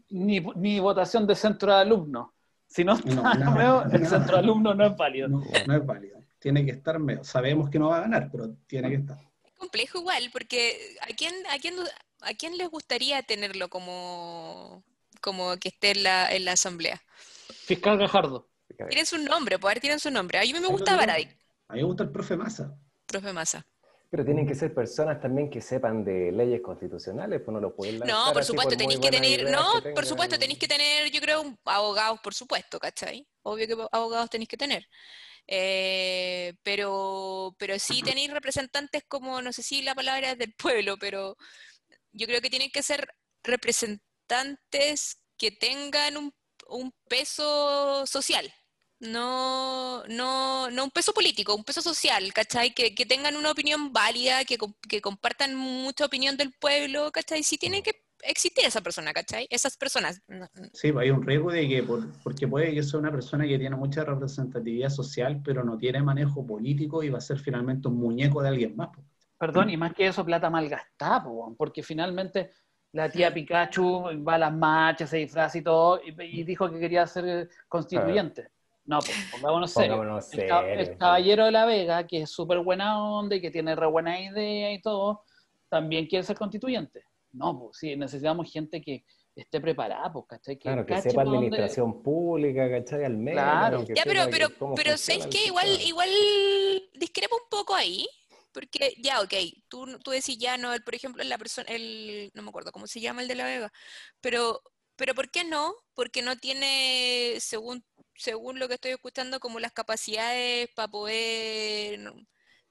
[SPEAKER 1] Ni, ni votación de centro de alumnos. Si no está
[SPEAKER 3] No,
[SPEAKER 1] nuevo,
[SPEAKER 3] nada,
[SPEAKER 1] el
[SPEAKER 3] nada.
[SPEAKER 1] Ah, centro de alumnos no es válido.
[SPEAKER 3] No, no es válida. Tiene que estar Meo. Sabemos que no va a ganar, pero tiene que estar.
[SPEAKER 4] Es complejo igual, porque eh, ¿a quién, a quién, a quién les gustaría tenerlo como, como que esté en la, en la asamblea?
[SPEAKER 1] Fiscal Gajardo.
[SPEAKER 4] Tienen su nombre, poder tienen su nombre. A mí me
[SPEAKER 3] Ahí lo
[SPEAKER 4] gusta
[SPEAKER 3] digo.
[SPEAKER 4] Baradí,
[SPEAKER 3] A mí me gusta el profe Massa.
[SPEAKER 4] profe Massa.
[SPEAKER 2] Pero tienen
[SPEAKER 1] Mm.
[SPEAKER 2] que ser personas también que sepan de leyes constitucionales, pues no lo pueden lanzar
[SPEAKER 4] No, por
[SPEAKER 2] así
[SPEAKER 4] supuesto,
[SPEAKER 2] muy
[SPEAKER 4] tenéis que
[SPEAKER 2] buenas
[SPEAKER 4] tener,
[SPEAKER 2] ideas
[SPEAKER 4] no,
[SPEAKER 2] que
[SPEAKER 4] por supuesto,
[SPEAKER 2] tengan.
[SPEAKER 4] tenéis que tener, yo creo, un- abogados, por supuesto, ¿cachai? Obvio que abogados tenéis que tener. Eh, pero, pero sí tenéis representantes como, no sé si la palabra es del pueblo, pero yo creo que tienen que ser representantes que tengan un, un peso social, no, no, no un peso político, un peso social, ¿cachai? Que, que tengan una opinión válida, que, com- que compartan mucha opinión del pueblo, ¿cachai? Sí tiene que existir esa persona, ¿cachai? Esas personas. No,
[SPEAKER 3] Sí, pues hay un riesgo de que, por- porque puede que sea una persona que tiene mucha representatividad social, pero no tiene manejo político y va a ser finalmente un muñeco de alguien más. po.
[SPEAKER 1] Perdón, y más que eso, plata malgastada, po, weón, porque finalmente la tía Pikachu va a las marchas, se disfraza y todo, y, y dijo que quería ser constituyente. No, pues, pongámonos serios.
[SPEAKER 2] Pongámonos
[SPEAKER 1] El, ca- el
[SPEAKER 2] serios.
[SPEAKER 1] caballero de la Vega, que es súper buena onda y que tiene re buena idea y todo, también quiere ser constituyente. No, pues sí, necesitamos gente que esté preparada, pues, ¿cachai? Que
[SPEAKER 2] Claro, que
[SPEAKER 1] cache
[SPEAKER 2] sepa
[SPEAKER 1] pa' dónde-
[SPEAKER 2] administración pública, ¿cachai? Al menos.
[SPEAKER 1] Claro.
[SPEAKER 2] que
[SPEAKER 4] Ya, pero,
[SPEAKER 2] sepa
[SPEAKER 4] pero,
[SPEAKER 2] que- cómo
[SPEAKER 4] pero
[SPEAKER 2] funciona
[SPEAKER 4] ¿sabes
[SPEAKER 2] el
[SPEAKER 4] qué? Igual,
[SPEAKER 2] sistema.
[SPEAKER 4] igual discrepo un poco ahí, porque ya, ok, tú, tú decís ya, no, el- por ejemplo, la persona, el, no me acuerdo cómo se llama el de la Vega, pero, pero ¿por qué no? Porque no tiene, según, según lo que estoy escuchando, como las capacidades para poder no,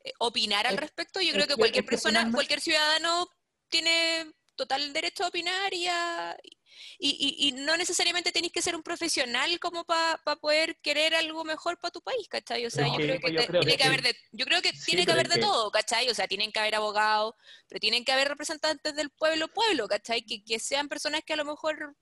[SPEAKER 4] eh, opinar al
[SPEAKER 1] Es-
[SPEAKER 4] respecto. Yo
[SPEAKER 1] es
[SPEAKER 4] creo que
[SPEAKER 1] que-
[SPEAKER 4] cualquier
[SPEAKER 1] es que
[SPEAKER 4] persona,
[SPEAKER 1] finalmente-
[SPEAKER 4] cualquier ciudadano tiene total derecho a opinar y a, y, y- y no necesariamente tenés que ser un profesional como para poder querer algo mejor para tu país, ¿cachai? O sea,
[SPEAKER 3] No,
[SPEAKER 4] yo
[SPEAKER 3] sí,
[SPEAKER 4] creo que,
[SPEAKER 1] pues yo
[SPEAKER 4] te-
[SPEAKER 1] creo
[SPEAKER 4] tiene
[SPEAKER 1] que
[SPEAKER 4] que,
[SPEAKER 1] sí.
[SPEAKER 4] haber de, yo creo que
[SPEAKER 3] Sí,
[SPEAKER 4] tiene que
[SPEAKER 3] pero
[SPEAKER 4] haber
[SPEAKER 3] es
[SPEAKER 4] de
[SPEAKER 3] que-
[SPEAKER 4] todo, ¿cachai? O sea, tienen que haber abogados, pero tienen que haber representantes del pueblo pueblo, ¿cachai? Que, que sean personas que a lo mejor,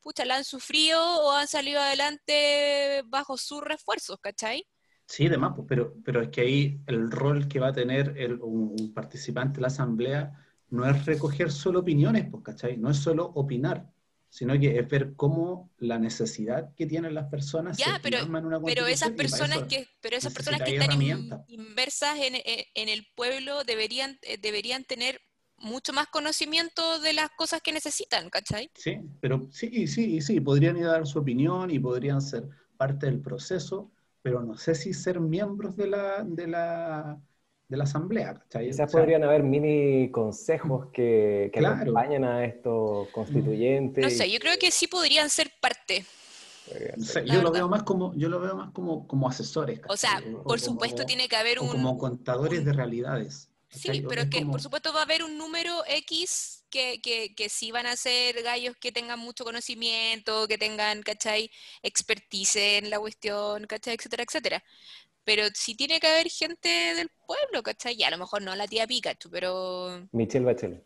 [SPEAKER 4] pucha, la han sufrido o han salido adelante bajo sus refuerzos, ¿cachai?
[SPEAKER 3] Sí, demás, pues, pero, pero es que ahí el rol que va a tener el- un, un participante de la asamblea no es recoger solo opiniones, pues, ¿cachai? No es solo opinar, sino que es ver cómo la necesidad que tienen las personas
[SPEAKER 4] Ya, pero-
[SPEAKER 3] plasma en una
[SPEAKER 4] Pero esas
[SPEAKER 3] constitución y para
[SPEAKER 4] personas
[SPEAKER 3] eso-
[SPEAKER 4] que, pero esas personas que
[SPEAKER 3] necesitáis
[SPEAKER 4] están in-
[SPEAKER 3] herramientas.
[SPEAKER 4] inmersas en, en- en el pueblo deberían, eh, deberían tener mucho más conocimiento de las cosas que necesitan, ¿cachai?
[SPEAKER 3] Sí, pero sí, sí, sí, podrían ir a dar su opinión y podrían ser parte del proceso, pero no sé si ser miembros de la, de la, de la asamblea, ¿cachai?
[SPEAKER 2] Quizás
[SPEAKER 3] O sea,
[SPEAKER 2] podrían haber mini consejos que, que
[SPEAKER 3] Claro.
[SPEAKER 2] acompañan a estos constituyentes.
[SPEAKER 4] No
[SPEAKER 2] y-
[SPEAKER 4] sé, yo creo que sí podrían ser parte.
[SPEAKER 3] no sé,
[SPEAKER 4] la
[SPEAKER 3] yo lo
[SPEAKER 4] verdad.
[SPEAKER 3] veo más como, yo lo veo más como, como asesores,
[SPEAKER 4] O sea,
[SPEAKER 3] ¿cachai? O
[SPEAKER 4] por
[SPEAKER 3] como-
[SPEAKER 4] supuesto tiene que haber
[SPEAKER 3] o
[SPEAKER 4] un...
[SPEAKER 3] como contadores
[SPEAKER 4] un-
[SPEAKER 3] de realidades.
[SPEAKER 4] Sí,
[SPEAKER 3] ¿cachai?
[SPEAKER 4] pero es que
[SPEAKER 3] como-
[SPEAKER 4] por supuesto va a haber un número X que, que, que sí van a ser gallos que tengan mucho conocimiento, que tengan, ¿cachai? Expertise en la cuestión, ¿cachai? Etcétera, etcétera. Pero sí tiene que haber gente del pueblo, ¿cachai? Y a lo mejor no la tía Pikachu, pero...
[SPEAKER 2] Michelle Bachelet.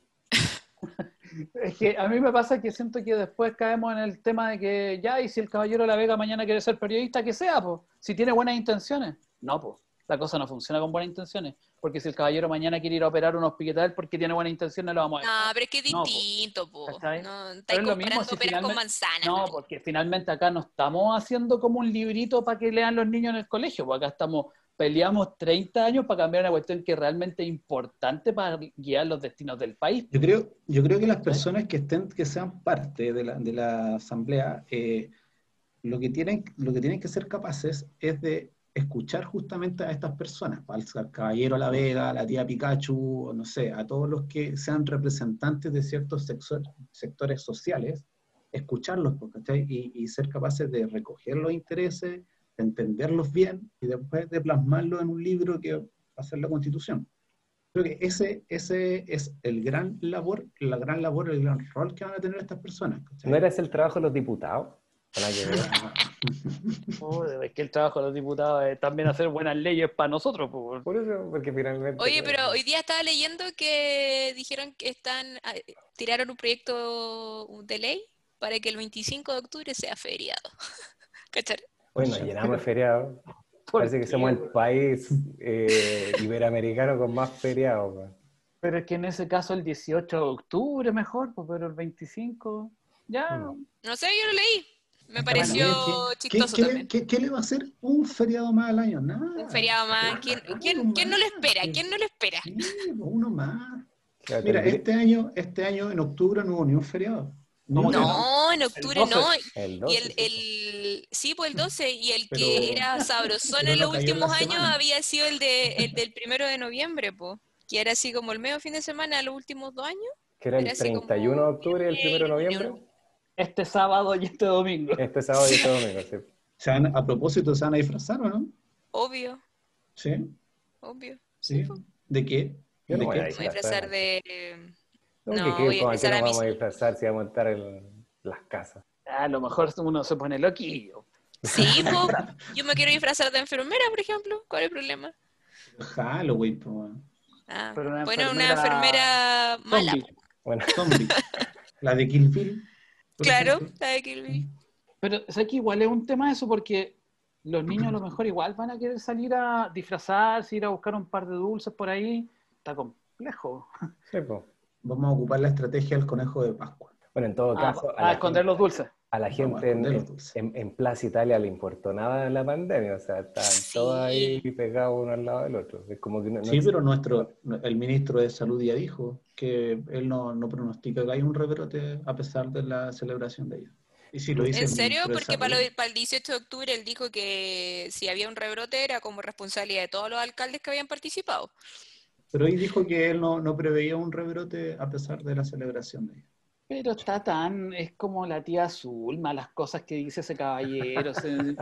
[SPEAKER 1] Es que a mí me pasa que siento que después caemos en el tema de que ya, y si el caballero de la Vega mañana quiere ser periodista, que sea, pues, si tiene buenas intenciones. No, pues, la cosa no funciona con buenas intenciones, porque si el caballero mañana quiere ir a operar un hospital porque tiene buenas intenciones, lo vamos a
[SPEAKER 4] No,
[SPEAKER 1] dejar.
[SPEAKER 4] pero es que es
[SPEAKER 1] No, po.
[SPEAKER 4] distinto, po.
[SPEAKER 1] ¿Cachai?
[SPEAKER 4] No, estáis
[SPEAKER 1] Pero es lo mismo
[SPEAKER 4] comparando
[SPEAKER 1] si
[SPEAKER 4] peras con
[SPEAKER 1] finalmente-
[SPEAKER 4] manzanas.
[SPEAKER 1] No, porque finalmente acá no estamos haciendo como un librito para que lean los niños en el colegio, pues acá estamos, peleamos 30 años para cambiar una cuestión que realmente es importante para guiar los destinos del país.
[SPEAKER 3] Yo creo, yo creo que las personas que estén, que sean parte de la, de la asamblea, eh, lo que tienen, lo que tienen que ser capaces es de escuchar justamente a estas personas, al, al caballero La Vega, a la tía Pikachu, o no sé, a todos los que sean representantes de ciertos sexo- sectores sociales, escucharlos, pues, ¿cachai? Y, y ser capaces de recoger los intereses, de entenderlos bien y después de plasmarlo en un libro que va a ser la Constitución. Creo que ese, ese es el gran labor, la gran labor, el gran rol que van a tener estas personas. ¿cachai?
[SPEAKER 2] ¿No era ese el trabajo de los diputados? Para que vean.
[SPEAKER 1] Joder, es que el trabajo de los diputados es también hacer buenas leyes para nosotros, pues.
[SPEAKER 2] Por eso, porque finalmente.
[SPEAKER 4] Oye, pero hoy día estaba leyendo que dijeron que están ah, tiraron un proyecto de ley para que el 25 de octubre sea feriado. ¿Cachar?
[SPEAKER 2] Bueno, llenamos el feriado.
[SPEAKER 1] ¿Por
[SPEAKER 2] Parece que
[SPEAKER 1] qué,
[SPEAKER 2] somos el
[SPEAKER 1] weón?
[SPEAKER 2] país eh, iberoamericano con más feriados. weón.
[SPEAKER 1] Pero es que en ese caso el 18 de octubre mejor, pues, pero el 25 ya.
[SPEAKER 2] Mm.
[SPEAKER 4] No sé, yo lo leí. Me
[SPEAKER 1] Está bueno,
[SPEAKER 4] pareció
[SPEAKER 3] ¿Qué-
[SPEAKER 4] chistoso
[SPEAKER 3] qué, le-
[SPEAKER 4] también.
[SPEAKER 3] qué- qué le va a hacer un feriado más al año? Nada.
[SPEAKER 4] Un feriado más. ¿Quién, quién- quién no lo espera? ¿Quién no lo espera?
[SPEAKER 3] Sí, pues, uno más.
[SPEAKER 2] Claro,
[SPEAKER 3] Mira,
[SPEAKER 2] tendría-
[SPEAKER 3] este año, este año en octubre no hubo ni un feriado. Ni
[SPEAKER 1] ¿Cómo
[SPEAKER 3] uno.
[SPEAKER 1] que
[SPEAKER 4] No, en octubre no.
[SPEAKER 2] el
[SPEAKER 4] Y
[SPEAKER 2] 12,
[SPEAKER 4] el,
[SPEAKER 2] sí. pues.
[SPEAKER 4] el sí, pues el 12, y el
[SPEAKER 3] Pero-
[SPEAKER 4] que era sabrosón
[SPEAKER 3] pero
[SPEAKER 4] en
[SPEAKER 3] no
[SPEAKER 4] los
[SPEAKER 3] cayó en la
[SPEAKER 4] últimos años
[SPEAKER 3] semana.
[SPEAKER 4] había sido el, de, el del primero de noviembre, po, que era así como el medio fin de semana, los últimos dos años.
[SPEAKER 2] Que era el
[SPEAKER 4] era así como
[SPEAKER 2] 31 de octubre y el 1 de
[SPEAKER 4] noviembre.
[SPEAKER 2] noviembre.
[SPEAKER 1] Este sábado y este domingo.
[SPEAKER 2] Este sábado y este domingo. sí.
[SPEAKER 3] Se van- a propósito, ¿se van a disfrazar o no?
[SPEAKER 4] Obvio,
[SPEAKER 3] Sí.
[SPEAKER 4] obvio.
[SPEAKER 3] sí.
[SPEAKER 4] pues.
[SPEAKER 3] ¿De qué?
[SPEAKER 2] Yo no
[SPEAKER 3] ¿De
[SPEAKER 2] voy a
[SPEAKER 3] qué?
[SPEAKER 2] ir.
[SPEAKER 4] Me voy a disfrazar de.
[SPEAKER 2] No,
[SPEAKER 4] No,
[SPEAKER 2] que- que-
[SPEAKER 4] voy a
[SPEAKER 2] ¿cómo que
[SPEAKER 4] empezar
[SPEAKER 2] nos
[SPEAKER 4] a
[SPEAKER 2] vamos a
[SPEAKER 4] mis-
[SPEAKER 2] disfrazar si vamos a estar en las casas?
[SPEAKER 1] A lo mejor uno se pone loquillo.
[SPEAKER 4] Sí, po, yo me quiero disfrazar de enfermera, por ejemplo. ¿Cuál es el problema?
[SPEAKER 3] Halloween, po, weón.
[SPEAKER 4] Ah,
[SPEAKER 1] Pero una
[SPEAKER 4] bueno, una
[SPEAKER 1] enfermera
[SPEAKER 4] enfermera mala.
[SPEAKER 1] Zombie.
[SPEAKER 2] Bueno,
[SPEAKER 3] Zombie. La de Kill Bill. por
[SPEAKER 4] Claro,
[SPEAKER 3] ejemplo.
[SPEAKER 4] la de Kill Bill.
[SPEAKER 1] Pero sé que igual es un tema eso porque los niños a lo mejor igual van a querer salir a disfrazarse, ir a buscar un par de dulces por ahí. Está complejo.
[SPEAKER 2] sí, po.
[SPEAKER 3] Vamos a ocupar la estrategia del conejo de Pascua.
[SPEAKER 2] Bueno, en todo
[SPEAKER 1] A,
[SPEAKER 2] caso,
[SPEAKER 1] Ah, a esconder los dulces.
[SPEAKER 2] a la
[SPEAKER 3] Vamos a
[SPEAKER 2] gente en,
[SPEAKER 3] esconder los
[SPEAKER 2] en-
[SPEAKER 3] dulces.
[SPEAKER 2] en- en Plaza Italia le importó nada la pandemia, o sea, estaban
[SPEAKER 4] Sí.
[SPEAKER 2] todos ahí pegados uno al lado del otro. Es como que no, no
[SPEAKER 3] Sí, pero nuestro, el ministro de Salud ya dijo que él no, no pronostica que haya un rebrote a pesar de la celebración de ella. Y si lo dice
[SPEAKER 4] ¿En
[SPEAKER 3] el
[SPEAKER 4] serio?
[SPEAKER 3] ministro de
[SPEAKER 4] Porque para,
[SPEAKER 3] Salud,
[SPEAKER 4] lo- para el 18 de octubre él dijo que si había un rebrote era como responsabilidad de todos los alcaldes que habían participado.
[SPEAKER 3] Pero hoy dijo que él no, no preveía un rebrote a pesar de la celebración de ella.
[SPEAKER 1] Pero está tan, es como la tía azul, malas cosas que dice ese caballero. se-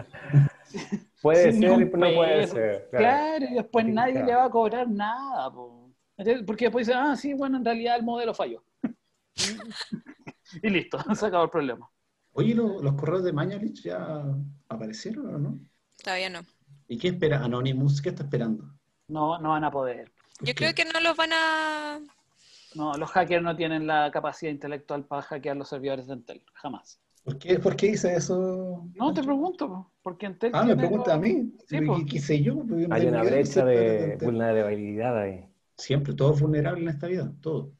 [SPEAKER 1] sin
[SPEAKER 2] puede ser,
[SPEAKER 1] ni
[SPEAKER 2] no
[SPEAKER 1] un
[SPEAKER 2] puede
[SPEAKER 1] peso.
[SPEAKER 2] ser. Claro.
[SPEAKER 1] claro, y después nadie
[SPEAKER 2] Claro.
[SPEAKER 1] le va a cobrar nada. po. Entonces, Porque después dice, ah, sí, bueno, en realidad el modelo falló. y listo, se acabó el problema.
[SPEAKER 3] Oye, ¿lo- los correos de Mañalich ya aparecieron o no?
[SPEAKER 4] Todavía no.
[SPEAKER 3] ¿Y qué espera Anonymous? ¿Qué está esperando?
[SPEAKER 1] No, no van a poder.
[SPEAKER 4] Yo creo que no los van a...
[SPEAKER 1] No, los hackers no tienen la capacidad intelectual para hackear los servidores de Intel, jamás.
[SPEAKER 3] ¿Por qué, por qué dice eso?
[SPEAKER 1] No, te pregunto, po, porque Intel...
[SPEAKER 3] Ah, me
[SPEAKER 1] tiene
[SPEAKER 3] pregunta a mí.
[SPEAKER 1] Sí,
[SPEAKER 3] ¿Qué-
[SPEAKER 1] pues.
[SPEAKER 3] ¿Qué sé yo? Porque yo no
[SPEAKER 2] Hay
[SPEAKER 3] tengo
[SPEAKER 2] una
[SPEAKER 3] idea
[SPEAKER 2] brecha
[SPEAKER 3] qué se espera
[SPEAKER 2] de
[SPEAKER 3] tanto.
[SPEAKER 2] vulnerabilidad ahí.
[SPEAKER 3] Siempre, todo es vulnerable en esta vida, todo.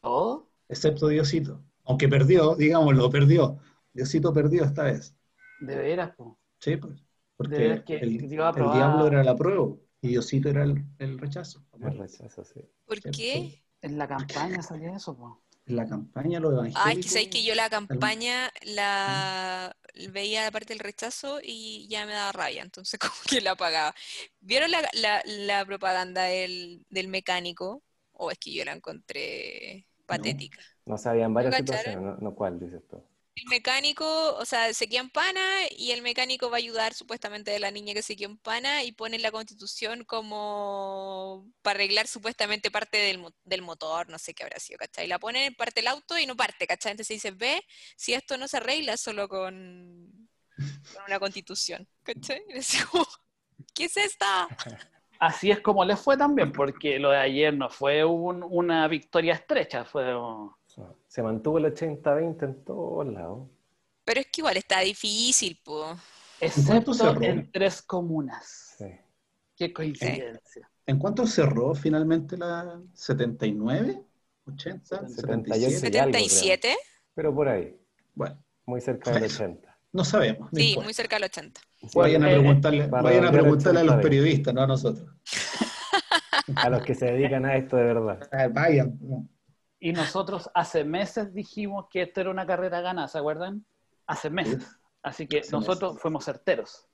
[SPEAKER 1] ¿Todo? Oh,
[SPEAKER 3] Excepto Diosito. Aunque perdió, digámoslo, perdió. Diosito perdió esta vez.
[SPEAKER 1] De veras, po.
[SPEAKER 3] Sí, pues.
[SPEAKER 1] De
[SPEAKER 3] Porque
[SPEAKER 1] veras que
[SPEAKER 3] el,
[SPEAKER 1] te iba a
[SPEAKER 3] el
[SPEAKER 1] probar.
[SPEAKER 3] diablo era la prueba y Diosito era el, el rechazo.
[SPEAKER 2] El rechazo, sí.
[SPEAKER 4] ¿Por qué?
[SPEAKER 1] En la campaña salía eso, po.
[SPEAKER 3] En la campaña, los evangélicos.
[SPEAKER 4] Ay, que sabéis que yo la campaña la veía la parte del rechazo y ya me daba rabia, entonces como que la apagaba. ¿Vieron la, la- la propaganda del, del mecánico? O es que yo la encontré patética.
[SPEAKER 2] No sabían varias
[SPEAKER 4] ¿Cacharon?
[SPEAKER 2] situaciones, ¿no? no, cuál dices tú?
[SPEAKER 4] El mecánico, o sea, se pana y el mecánico va a ayudar supuestamente de la niña que se pana y pone la constitución como para arreglar supuestamente parte del, mo- del motor, no sé qué habrá sido, ¿cachai? La ponen, parte el auto y no parte, ¿cachai? Entonces dice, ve, si esto no se arregla solo con, con una constitución, ¿cachai? Y así como, ¿qué es esta?
[SPEAKER 1] Así es como les fue también, porque lo de ayer no fue un- una victoria estrecha, fue... un-
[SPEAKER 2] No. Se mantuvo el 80-20 en todos lados.
[SPEAKER 4] Pero es que igual está difícil, po.
[SPEAKER 1] Excepto
[SPEAKER 3] cerró?
[SPEAKER 1] en tres comunas.
[SPEAKER 2] Sí.
[SPEAKER 1] Qué coincidencia.
[SPEAKER 3] ¿En cuánto cerró finalmente la 79? ¿80?
[SPEAKER 2] 77.
[SPEAKER 3] 77.
[SPEAKER 2] Sí, algo, creo.
[SPEAKER 4] ¿77?
[SPEAKER 2] Pero por ahí,
[SPEAKER 3] Bueno,
[SPEAKER 2] muy cerca del 80.
[SPEAKER 3] no sabemos. no
[SPEAKER 4] Sí,
[SPEAKER 3] importa.
[SPEAKER 4] muy cerca del 80.
[SPEAKER 1] Bueno,
[SPEAKER 3] Vayan, a
[SPEAKER 1] eh,
[SPEAKER 3] preguntarle,
[SPEAKER 2] para
[SPEAKER 3] vayan a,
[SPEAKER 2] redondear
[SPEAKER 3] preguntarle a los
[SPEAKER 2] 80 bien.
[SPEAKER 3] periodistas, no a nosotros.
[SPEAKER 2] A los que se dedican a esto de verdad.
[SPEAKER 3] Eh, vayan. no.
[SPEAKER 1] Y nosotros hace meses dijimos que esto era una carrera ganada, ¿se acuerdan? Hace meses. Así que
[SPEAKER 3] Hace
[SPEAKER 1] nosotros
[SPEAKER 3] meses.
[SPEAKER 1] fuimos certeros.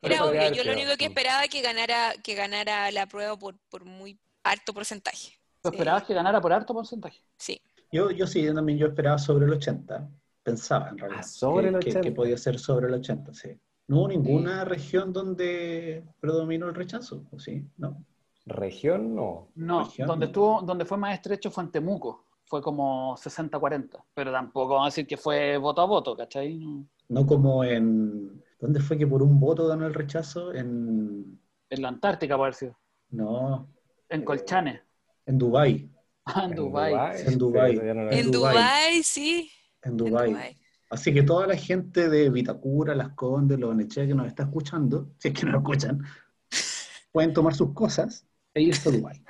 [SPEAKER 2] Pero
[SPEAKER 4] Era obvio,
[SPEAKER 2] podría
[SPEAKER 4] yo lo
[SPEAKER 2] haber
[SPEAKER 4] único que
[SPEAKER 2] quedado.
[SPEAKER 4] esperaba que ganara, que ganara la prueba por, por muy alto porcentaje.
[SPEAKER 1] ¿Tú
[SPEAKER 4] Sí,
[SPEAKER 1] esperabas que ganara por harto porcentaje?
[SPEAKER 4] Sí.
[SPEAKER 3] Yo, yo sí, yo también yo esperaba sobre el 80. Pensaba en realidad.
[SPEAKER 2] Ah, sobre
[SPEAKER 3] que,
[SPEAKER 2] el
[SPEAKER 3] que-
[SPEAKER 2] 80.
[SPEAKER 3] que podía ser sobre el 80, sí. No hubo ninguna región donde predominó el rechazo, ¿o sí? No.
[SPEAKER 2] Región no.
[SPEAKER 1] No,
[SPEAKER 3] Región,
[SPEAKER 1] donde
[SPEAKER 3] ¿no?
[SPEAKER 1] estuvo, donde fue más estrecho fue en Temuco. Fue como 60-40. Pero tampoco vamos a decir que fue voto a voto, ¿cachai? No.
[SPEAKER 3] No como en. ¿Dónde fue que por un voto ganó el rechazo? En.
[SPEAKER 1] En la Antártica, por sido.
[SPEAKER 3] No,
[SPEAKER 1] En Colchane.
[SPEAKER 3] en Dubái.
[SPEAKER 1] Ah, Eh, en Dubái.
[SPEAKER 3] En Dubái.
[SPEAKER 2] Sí, ya no lo
[SPEAKER 3] En
[SPEAKER 4] En
[SPEAKER 2] vi.
[SPEAKER 3] Dubái.
[SPEAKER 4] Dubái, sí.
[SPEAKER 3] En
[SPEAKER 4] en
[SPEAKER 3] Dubái.
[SPEAKER 4] Dubái.
[SPEAKER 3] Así que toda la gente de Vitacura, Las Condes, Los Nechea que nos está escuchando, si es que nos escuchan, pueden tomar sus cosas e irse a Dubái.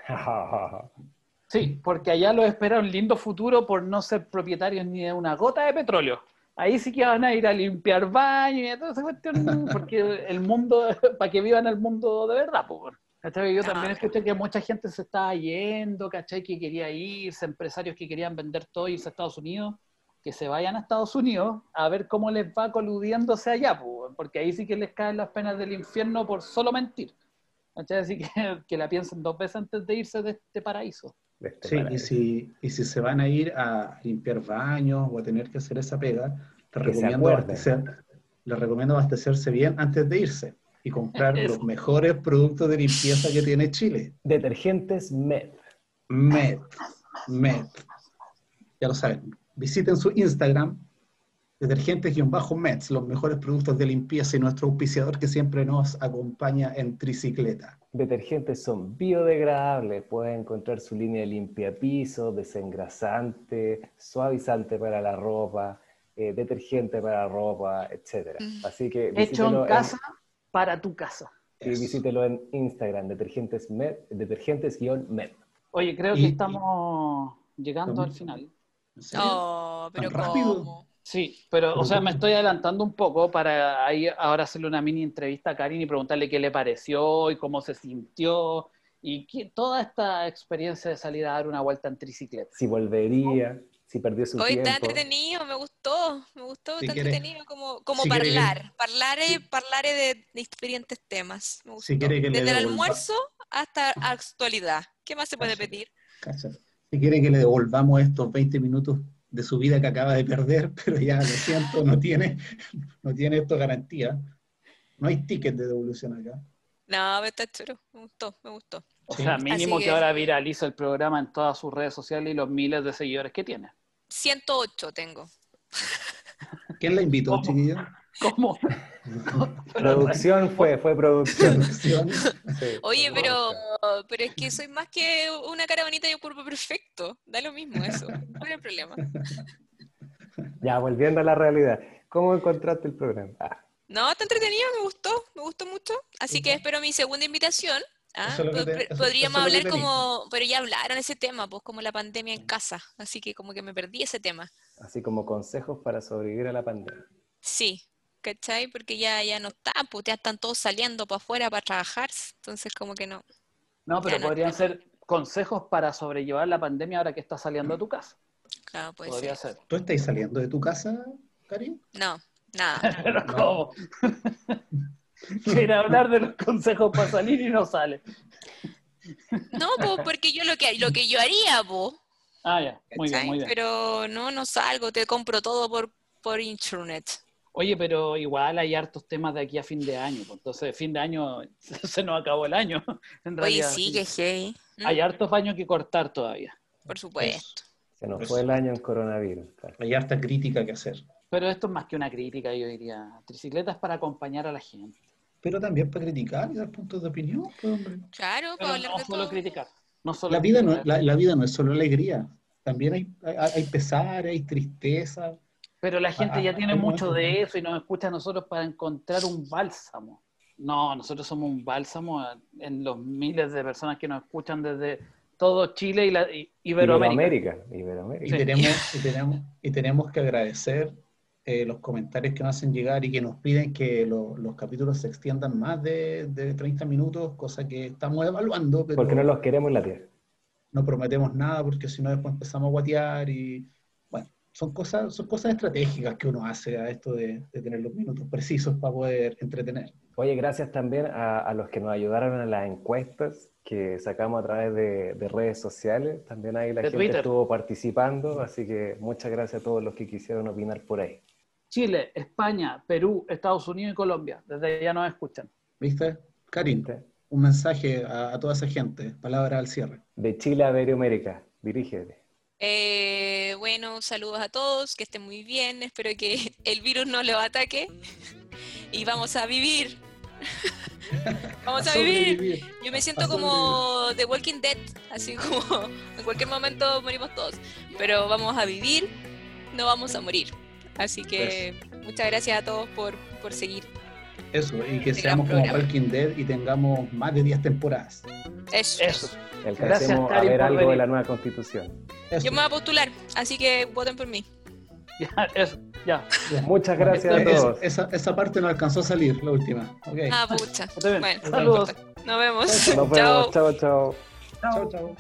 [SPEAKER 1] Sí, porque allá los espera un lindo futuro por no ser propietarios ni de una gota de petróleo. Ahí sí que van a ir a limpiar baños y a toda esa cuestión, porque el mundo, para que vivan el mundo de verdad, pues. bueno. ¿Cachai? Yo también
[SPEAKER 4] Ah.
[SPEAKER 1] escuché que mucha gente se estaba yendo, ¿cachai? Que quería irse, empresarios que querían vender todo y irse a Estados Unidos, que se vayan a Estados Unidos a ver cómo les va coludiéndose allá, pues, bueno, porque ahí sí que les caen las penas del infierno por solo mentir. ¿Cachai? Así que, que la piensen dos veces antes de irse de este paraíso.
[SPEAKER 2] De este
[SPEAKER 3] Sí, y
[SPEAKER 2] paraíso.
[SPEAKER 3] si, y si se van a ir a limpiar baños o a tener que hacer esa pega, les
[SPEAKER 2] Que se
[SPEAKER 3] recomiendo,
[SPEAKER 2] acuerden.
[SPEAKER 3] abastecer, les recomiendo abastecerse bien antes de irse y comprar
[SPEAKER 1] Eso.
[SPEAKER 3] los mejores productos de limpieza que tiene Chile.
[SPEAKER 2] Detergentes MED.
[SPEAKER 3] Met. Met. Ya lo saben. Visiten su Instagram, Detergentes-Mets, los mejores productos de limpieza y nuestro auspiciador que siempre nos acompaña en tricicleta.
[SPEAKER 2] Detergentes son biodegradables, puedes encontrar su línea de limpiapisos, desengrasante, suavizante para la ropa, eh, detergente para ropa, etc.
[SPEAKER 4] Mm.
[SPEAKER 2] Así que
[SPEAKER 1] Hecho en
[SPEAKER 3] eh.
[SPEAKER 2] visítelo
[SPEAKER 1] casa para tu casa.
[SPEAKER 2] y visítelo en Instagram, detergentes-med, detergentes-med.
[SPEAKER 1] Oye, creo
[SPEAKER 3] Y-
[SPEAKER 1] que
[SPEAKER 3] y-
[SPEAKER 1] estamos llegando al final.
[SPEAKER 3] ¿En serio?
[SPEAKER 4] Oh, pero
[SPEAKER 3] ¿Tan rápido?
[SPEAKER 4] ¿cómo?
[SPEAKER 1] Sí, pero, o
[SPEAKER 3] Pero
[SPEAKER 1] sea,
[SPEAKER 3] ¿cómo?
[SPEAKER 1] me estoy adelantando un poco para ahí ahora hacerle una mini entrevista a Karin y preguntarle qué le pareció y cómo se sintió y qué- toda esta experiencia de salir a dar una vuelta en tricicleta.
[SPEAKER 2] Si volvería, si perdió su
[SPEAKER 4] Hoy está
[SPEAKER 2] tiempo.
[SPEAKER 4] entretenido, me gustó, me gustó,
[SPEAKER 3] Si
[SPEAKER 4] está
[SPEAKER 3] quieres-
[SPEAKER 4] entretenido como, como
[SPEAKER 3] si quieres que-
[SPEAKER 4] parlar, parlare,
[SPEAKER 3] si-
[SPEAKER 4] parlare de diferentes temas. Me
[SPEAKER 3] Si
[SPEAKER 4] gustó.
[SPEAKER 3] quiere que le
[SPEAKER 4] Desde el
[SPEAKER 3] devolva-
[SPEAKER 4] almuerzo hasta actualidad. ¿Qué más se puede
[SPEAKER 3] Cacha.
[SPEAKER 4] pedir?
[SPEAKER 3] Cacha. Si quiere que le devolvamos estos 20 minutos de su vida que acaba de perder, pero ya lo siento, no tiene, no tiene esto garantía. No hay ticket de devolución acá.
[SPEAKER 4] No, pero está chulo, me gustó, me gustó.
[SPEAKER 1] O
[SPEAKER 3] Sí.
[SPEAKER 1] sea, mínimo
[SPEAKER 4] Así
[SPEAKER 1] que...
[SPEAKER 4] que-
[SPEAKER 1] ahora viraliza el programa en todas sus redes sociales y los miles de seguidores que tiene.
[SPEAKER 4] 108 tengo.
[SPEAKER 3] ¿Quién la invitó,
[SPEAKER 1] ¿Cómo?
[SPEAKER 3] chiquillo?
[SPEAKER 1] ¿Cómo?
[SPEAKER 2] Producción fue, fue producción.
[SPEAKER 3] Producción.
[SPEAKER 2] Sí,
[SPEAKER 4] Oye,
[SPEAKER 2] fue
[SPEAKER 4] pero,
[SPEAKER 2] producción.
[SPEAKER 4] pero es que soy más que una cara bonita y un cuerpo perfecto. Da lo mismo eso. ¿Cuál es el problema?
[SPEAKER 2] Ya, volviendo a la realidad. ¿Cómo encontraste el programa? Ah,
[SPEAKER 4] No, está entretenido, me gustó, me gustó mucho. Así que espero mi segunda invitación. ¿ah?
[SPEAKER 3] Eso es lo que
[SPEAKER 4] Pod-
[SPEAKER 3] te-
[SPEAKER 4] pre-
[SPEAKER 3] eso- eso
[SPEAKER 4] Podríamos
[SPEAKER 3] es lo que
[SPEAKER 4] hablar
[SPEAKER 3] te digo.
[SPEAKER 4] como, pero ya hablaron ese tema, pues como la pandemia en casa. Así que como que me perdí ese tema.
[SPEAKER 2] así como consejos para sobrevivir a la pandemia.
[SPEAKER 4] Sí, ¿cachai? Porque ya, ya no está, pues ya están todos saliendo para afuera para trabajar. Entonces como que no.
[SPEAKER 1] No, pero
[SPEAKER 4] Ya no.
[SPEAKER 1] podrían ser consejos para sobrellevar la pandemia ahora que estás saliendo de tu casa.
[SPEAKER 4] Claro, puede
[SPEAKER 1] Podría
[SPEAKER 4] ser.
[SPEAKER 1] ser.
[SPEAKER 3] ¿Tú estás saliendo de tu casa, Karin?
[SPEAKER 4] No, nada.
[SPEAKER 1] Pero ¿cómo? Quiere hablar de los consejos para salir y no sale.
[SPEAKER 4] No, pues porque yo lo que, lo que yo haría, pues.
[SPEAKER 1] Ah, ya. Muy bien,
[SPEAKER 4] ¿cachai?
[SPEAKER 1] muy bien.
[SPEAKER 4] Pero no, no salgo, te compro todo por, por internet.
[SPEAKER 1] Oye, pero igual hay hartos temas de aquí a fin de año. pues, Entonces, fin de año se nos acabó el año. En
[SPEAKER 4] Oye,
[SPEAKER 1] realidad,
[SPEAKER 4] sí, que heavy. Mm,
[SPEAKER 1] Hay hartos baños que cortar todavía.
[SPEAKER 4] Por supuesto.
[SPEAKER 2] Se nos
[SPEAKER 3] Pues-
[SPEAKER 2] fue el año en coronavirus. claro.
[SPEAKER 3] Hay harta crítica que hacer,
[SPEAKER 1] Pero esto es más que una crítica, yo diría. Tricicletas para acompañar a la gente.
[SPEAKER 3] pero también para criticar y dar puntos de opinión. pues, hombre.
[SPEAKER 4] Claro,
[SPEAKER 1] Pero
[SPEAKER 4] para hablar
[SPEAKER 1] no
[SPEAKER 4] de
[SPEAKER 1] solo
[SPEAKER 4] todo.
[SPEAKER 1] criticar. No solo
[SPEAKER 3] La vida, no,
[SPEAKER 1] criticar.
[SPEAKER 3] la, la vida no es solo alegría, también hay, hay, hay pesar, hay tristeza.
[SPEAKER 1] Pero la gente ya
[SPEAKER 3] Ah,
[SPEAKER 1] tiene
[SPEAKER 3] ah,
[SPEAKER 1] mucho
[SPEAKER 3] ah.
[SPEAKER 1] de eso y nos escucha a nosotros para encontrar un bálsamo. No, nosotros somos un bálsamo a- en los miles de personas que nos escuchan desde todo Chile y, la, y- Iberoamérica.
[SPEAKER 2] Iberoamérica.
[SPEAKER 3] Y,
[SPEAKER 2] Iberoamérica.
[SPEAKER 3] tenemos, y, tenemos, y tenemos que agradecer eh, los comentarios que nos hacen llegar y que nos piden que lo- los capítulos se extiendan más de, de 30 minutos, cosa que estamos evaluando, pero
[SPEAKER 2] Porque no los queremos en la tierra.
[SPEAKER 3] no prometemos nada porque si no después empezamos a guatear y bueno, son cosas, son cosas estratégicas que uno hace a esto de, de tener los minutos precisos para poder entretener.
[SPEAKER 2] Oye, gracias también a, a los que nos ayudaron en las encuestas que sacamos a través de, de redes sociales. También ahí la
[SPEAKER 1] De
[SPEAKER 2] gente
[SPEAKER 1] Twitter.
[SPEAKER 2] estuvo participando, así que muchas gracias a todos los que quisieron opinar por ahí.
[SPEAKER 1] Chile, España, Perú, Estados Unidos y Colombia. Desde allá nos escuchan.
[SPEAKER 3] ¿Viste? Karin,
[SPEAKER 2] ¿Viste?
[SPEAKER 3] un mensaje a, a toda esa gente, palabra al cierre.
[SPEAKER 2] De Chile a Iberoamérica, dirígete.
[SPEAKER 4] Eh, bueno, saludos a todos, que estén muy bien. Espero que el virus no lo ataque. Y vamos a vivir. vamos a vivir.
[SPEAKER 3] sobrevivir.
[SPEAKER 4] Yo me siento como The Walking Dead, así como en cualquier momento morimos todos. Pero vamos a vivir, no vamos a morir. Así que muchas gracias a todos por, por seguir.
[SPEAKER 3] Eso, y que
[SPEAKER 4] Este
[SPEAKER 3] seamos
[SPEAKER 4] gran
[SPEAKER 3] como
[SPEAKER 4] programa.
[SPEAKER 3] Walking Dead y tengamos más de 10 temporadas.
[SPEAKER 4] Eso.
[SPEAKER 1] Eso.
[SPEAKER 2] Y Alcancemos a
[SPEAKER 1] Karin,
[SPEAKER 2] ver
[SPEAKER 1] por
[SPEAKER 2] algo de
[SPEAKER 1] venir.
[SPEAKER 2] la nueva constitución.
[SPEAKER 3] Eso.
[SPEAKER 4] Yo me voy a postular, así que voten por mí.
[SPEAKER 1] Ya, eso, ya.
[SPEAKER 3] Ya.
[SPEAKER 2] Muchas gracias a
[SPEAKER 3] Es- es-
[SPEAKER 2] todos.
[SPEAKER 3] esa, esa parte no alcanzó a salir, la última. Ok.
[SPEAKER 4] Ah, pucha.
[SPEAKER 1] Está bien.
[SPEAKER 4] Bueno, no
[SPEAKER 1] Saludos.
[SPEAKER 4] importa. nos vemos.
[SPEAKER 2] Nos
[SPEAKER 4] Chao.
[SPEAKER 2] vemos. Chao, chao.
[SPEAKER 3] Chao, chao.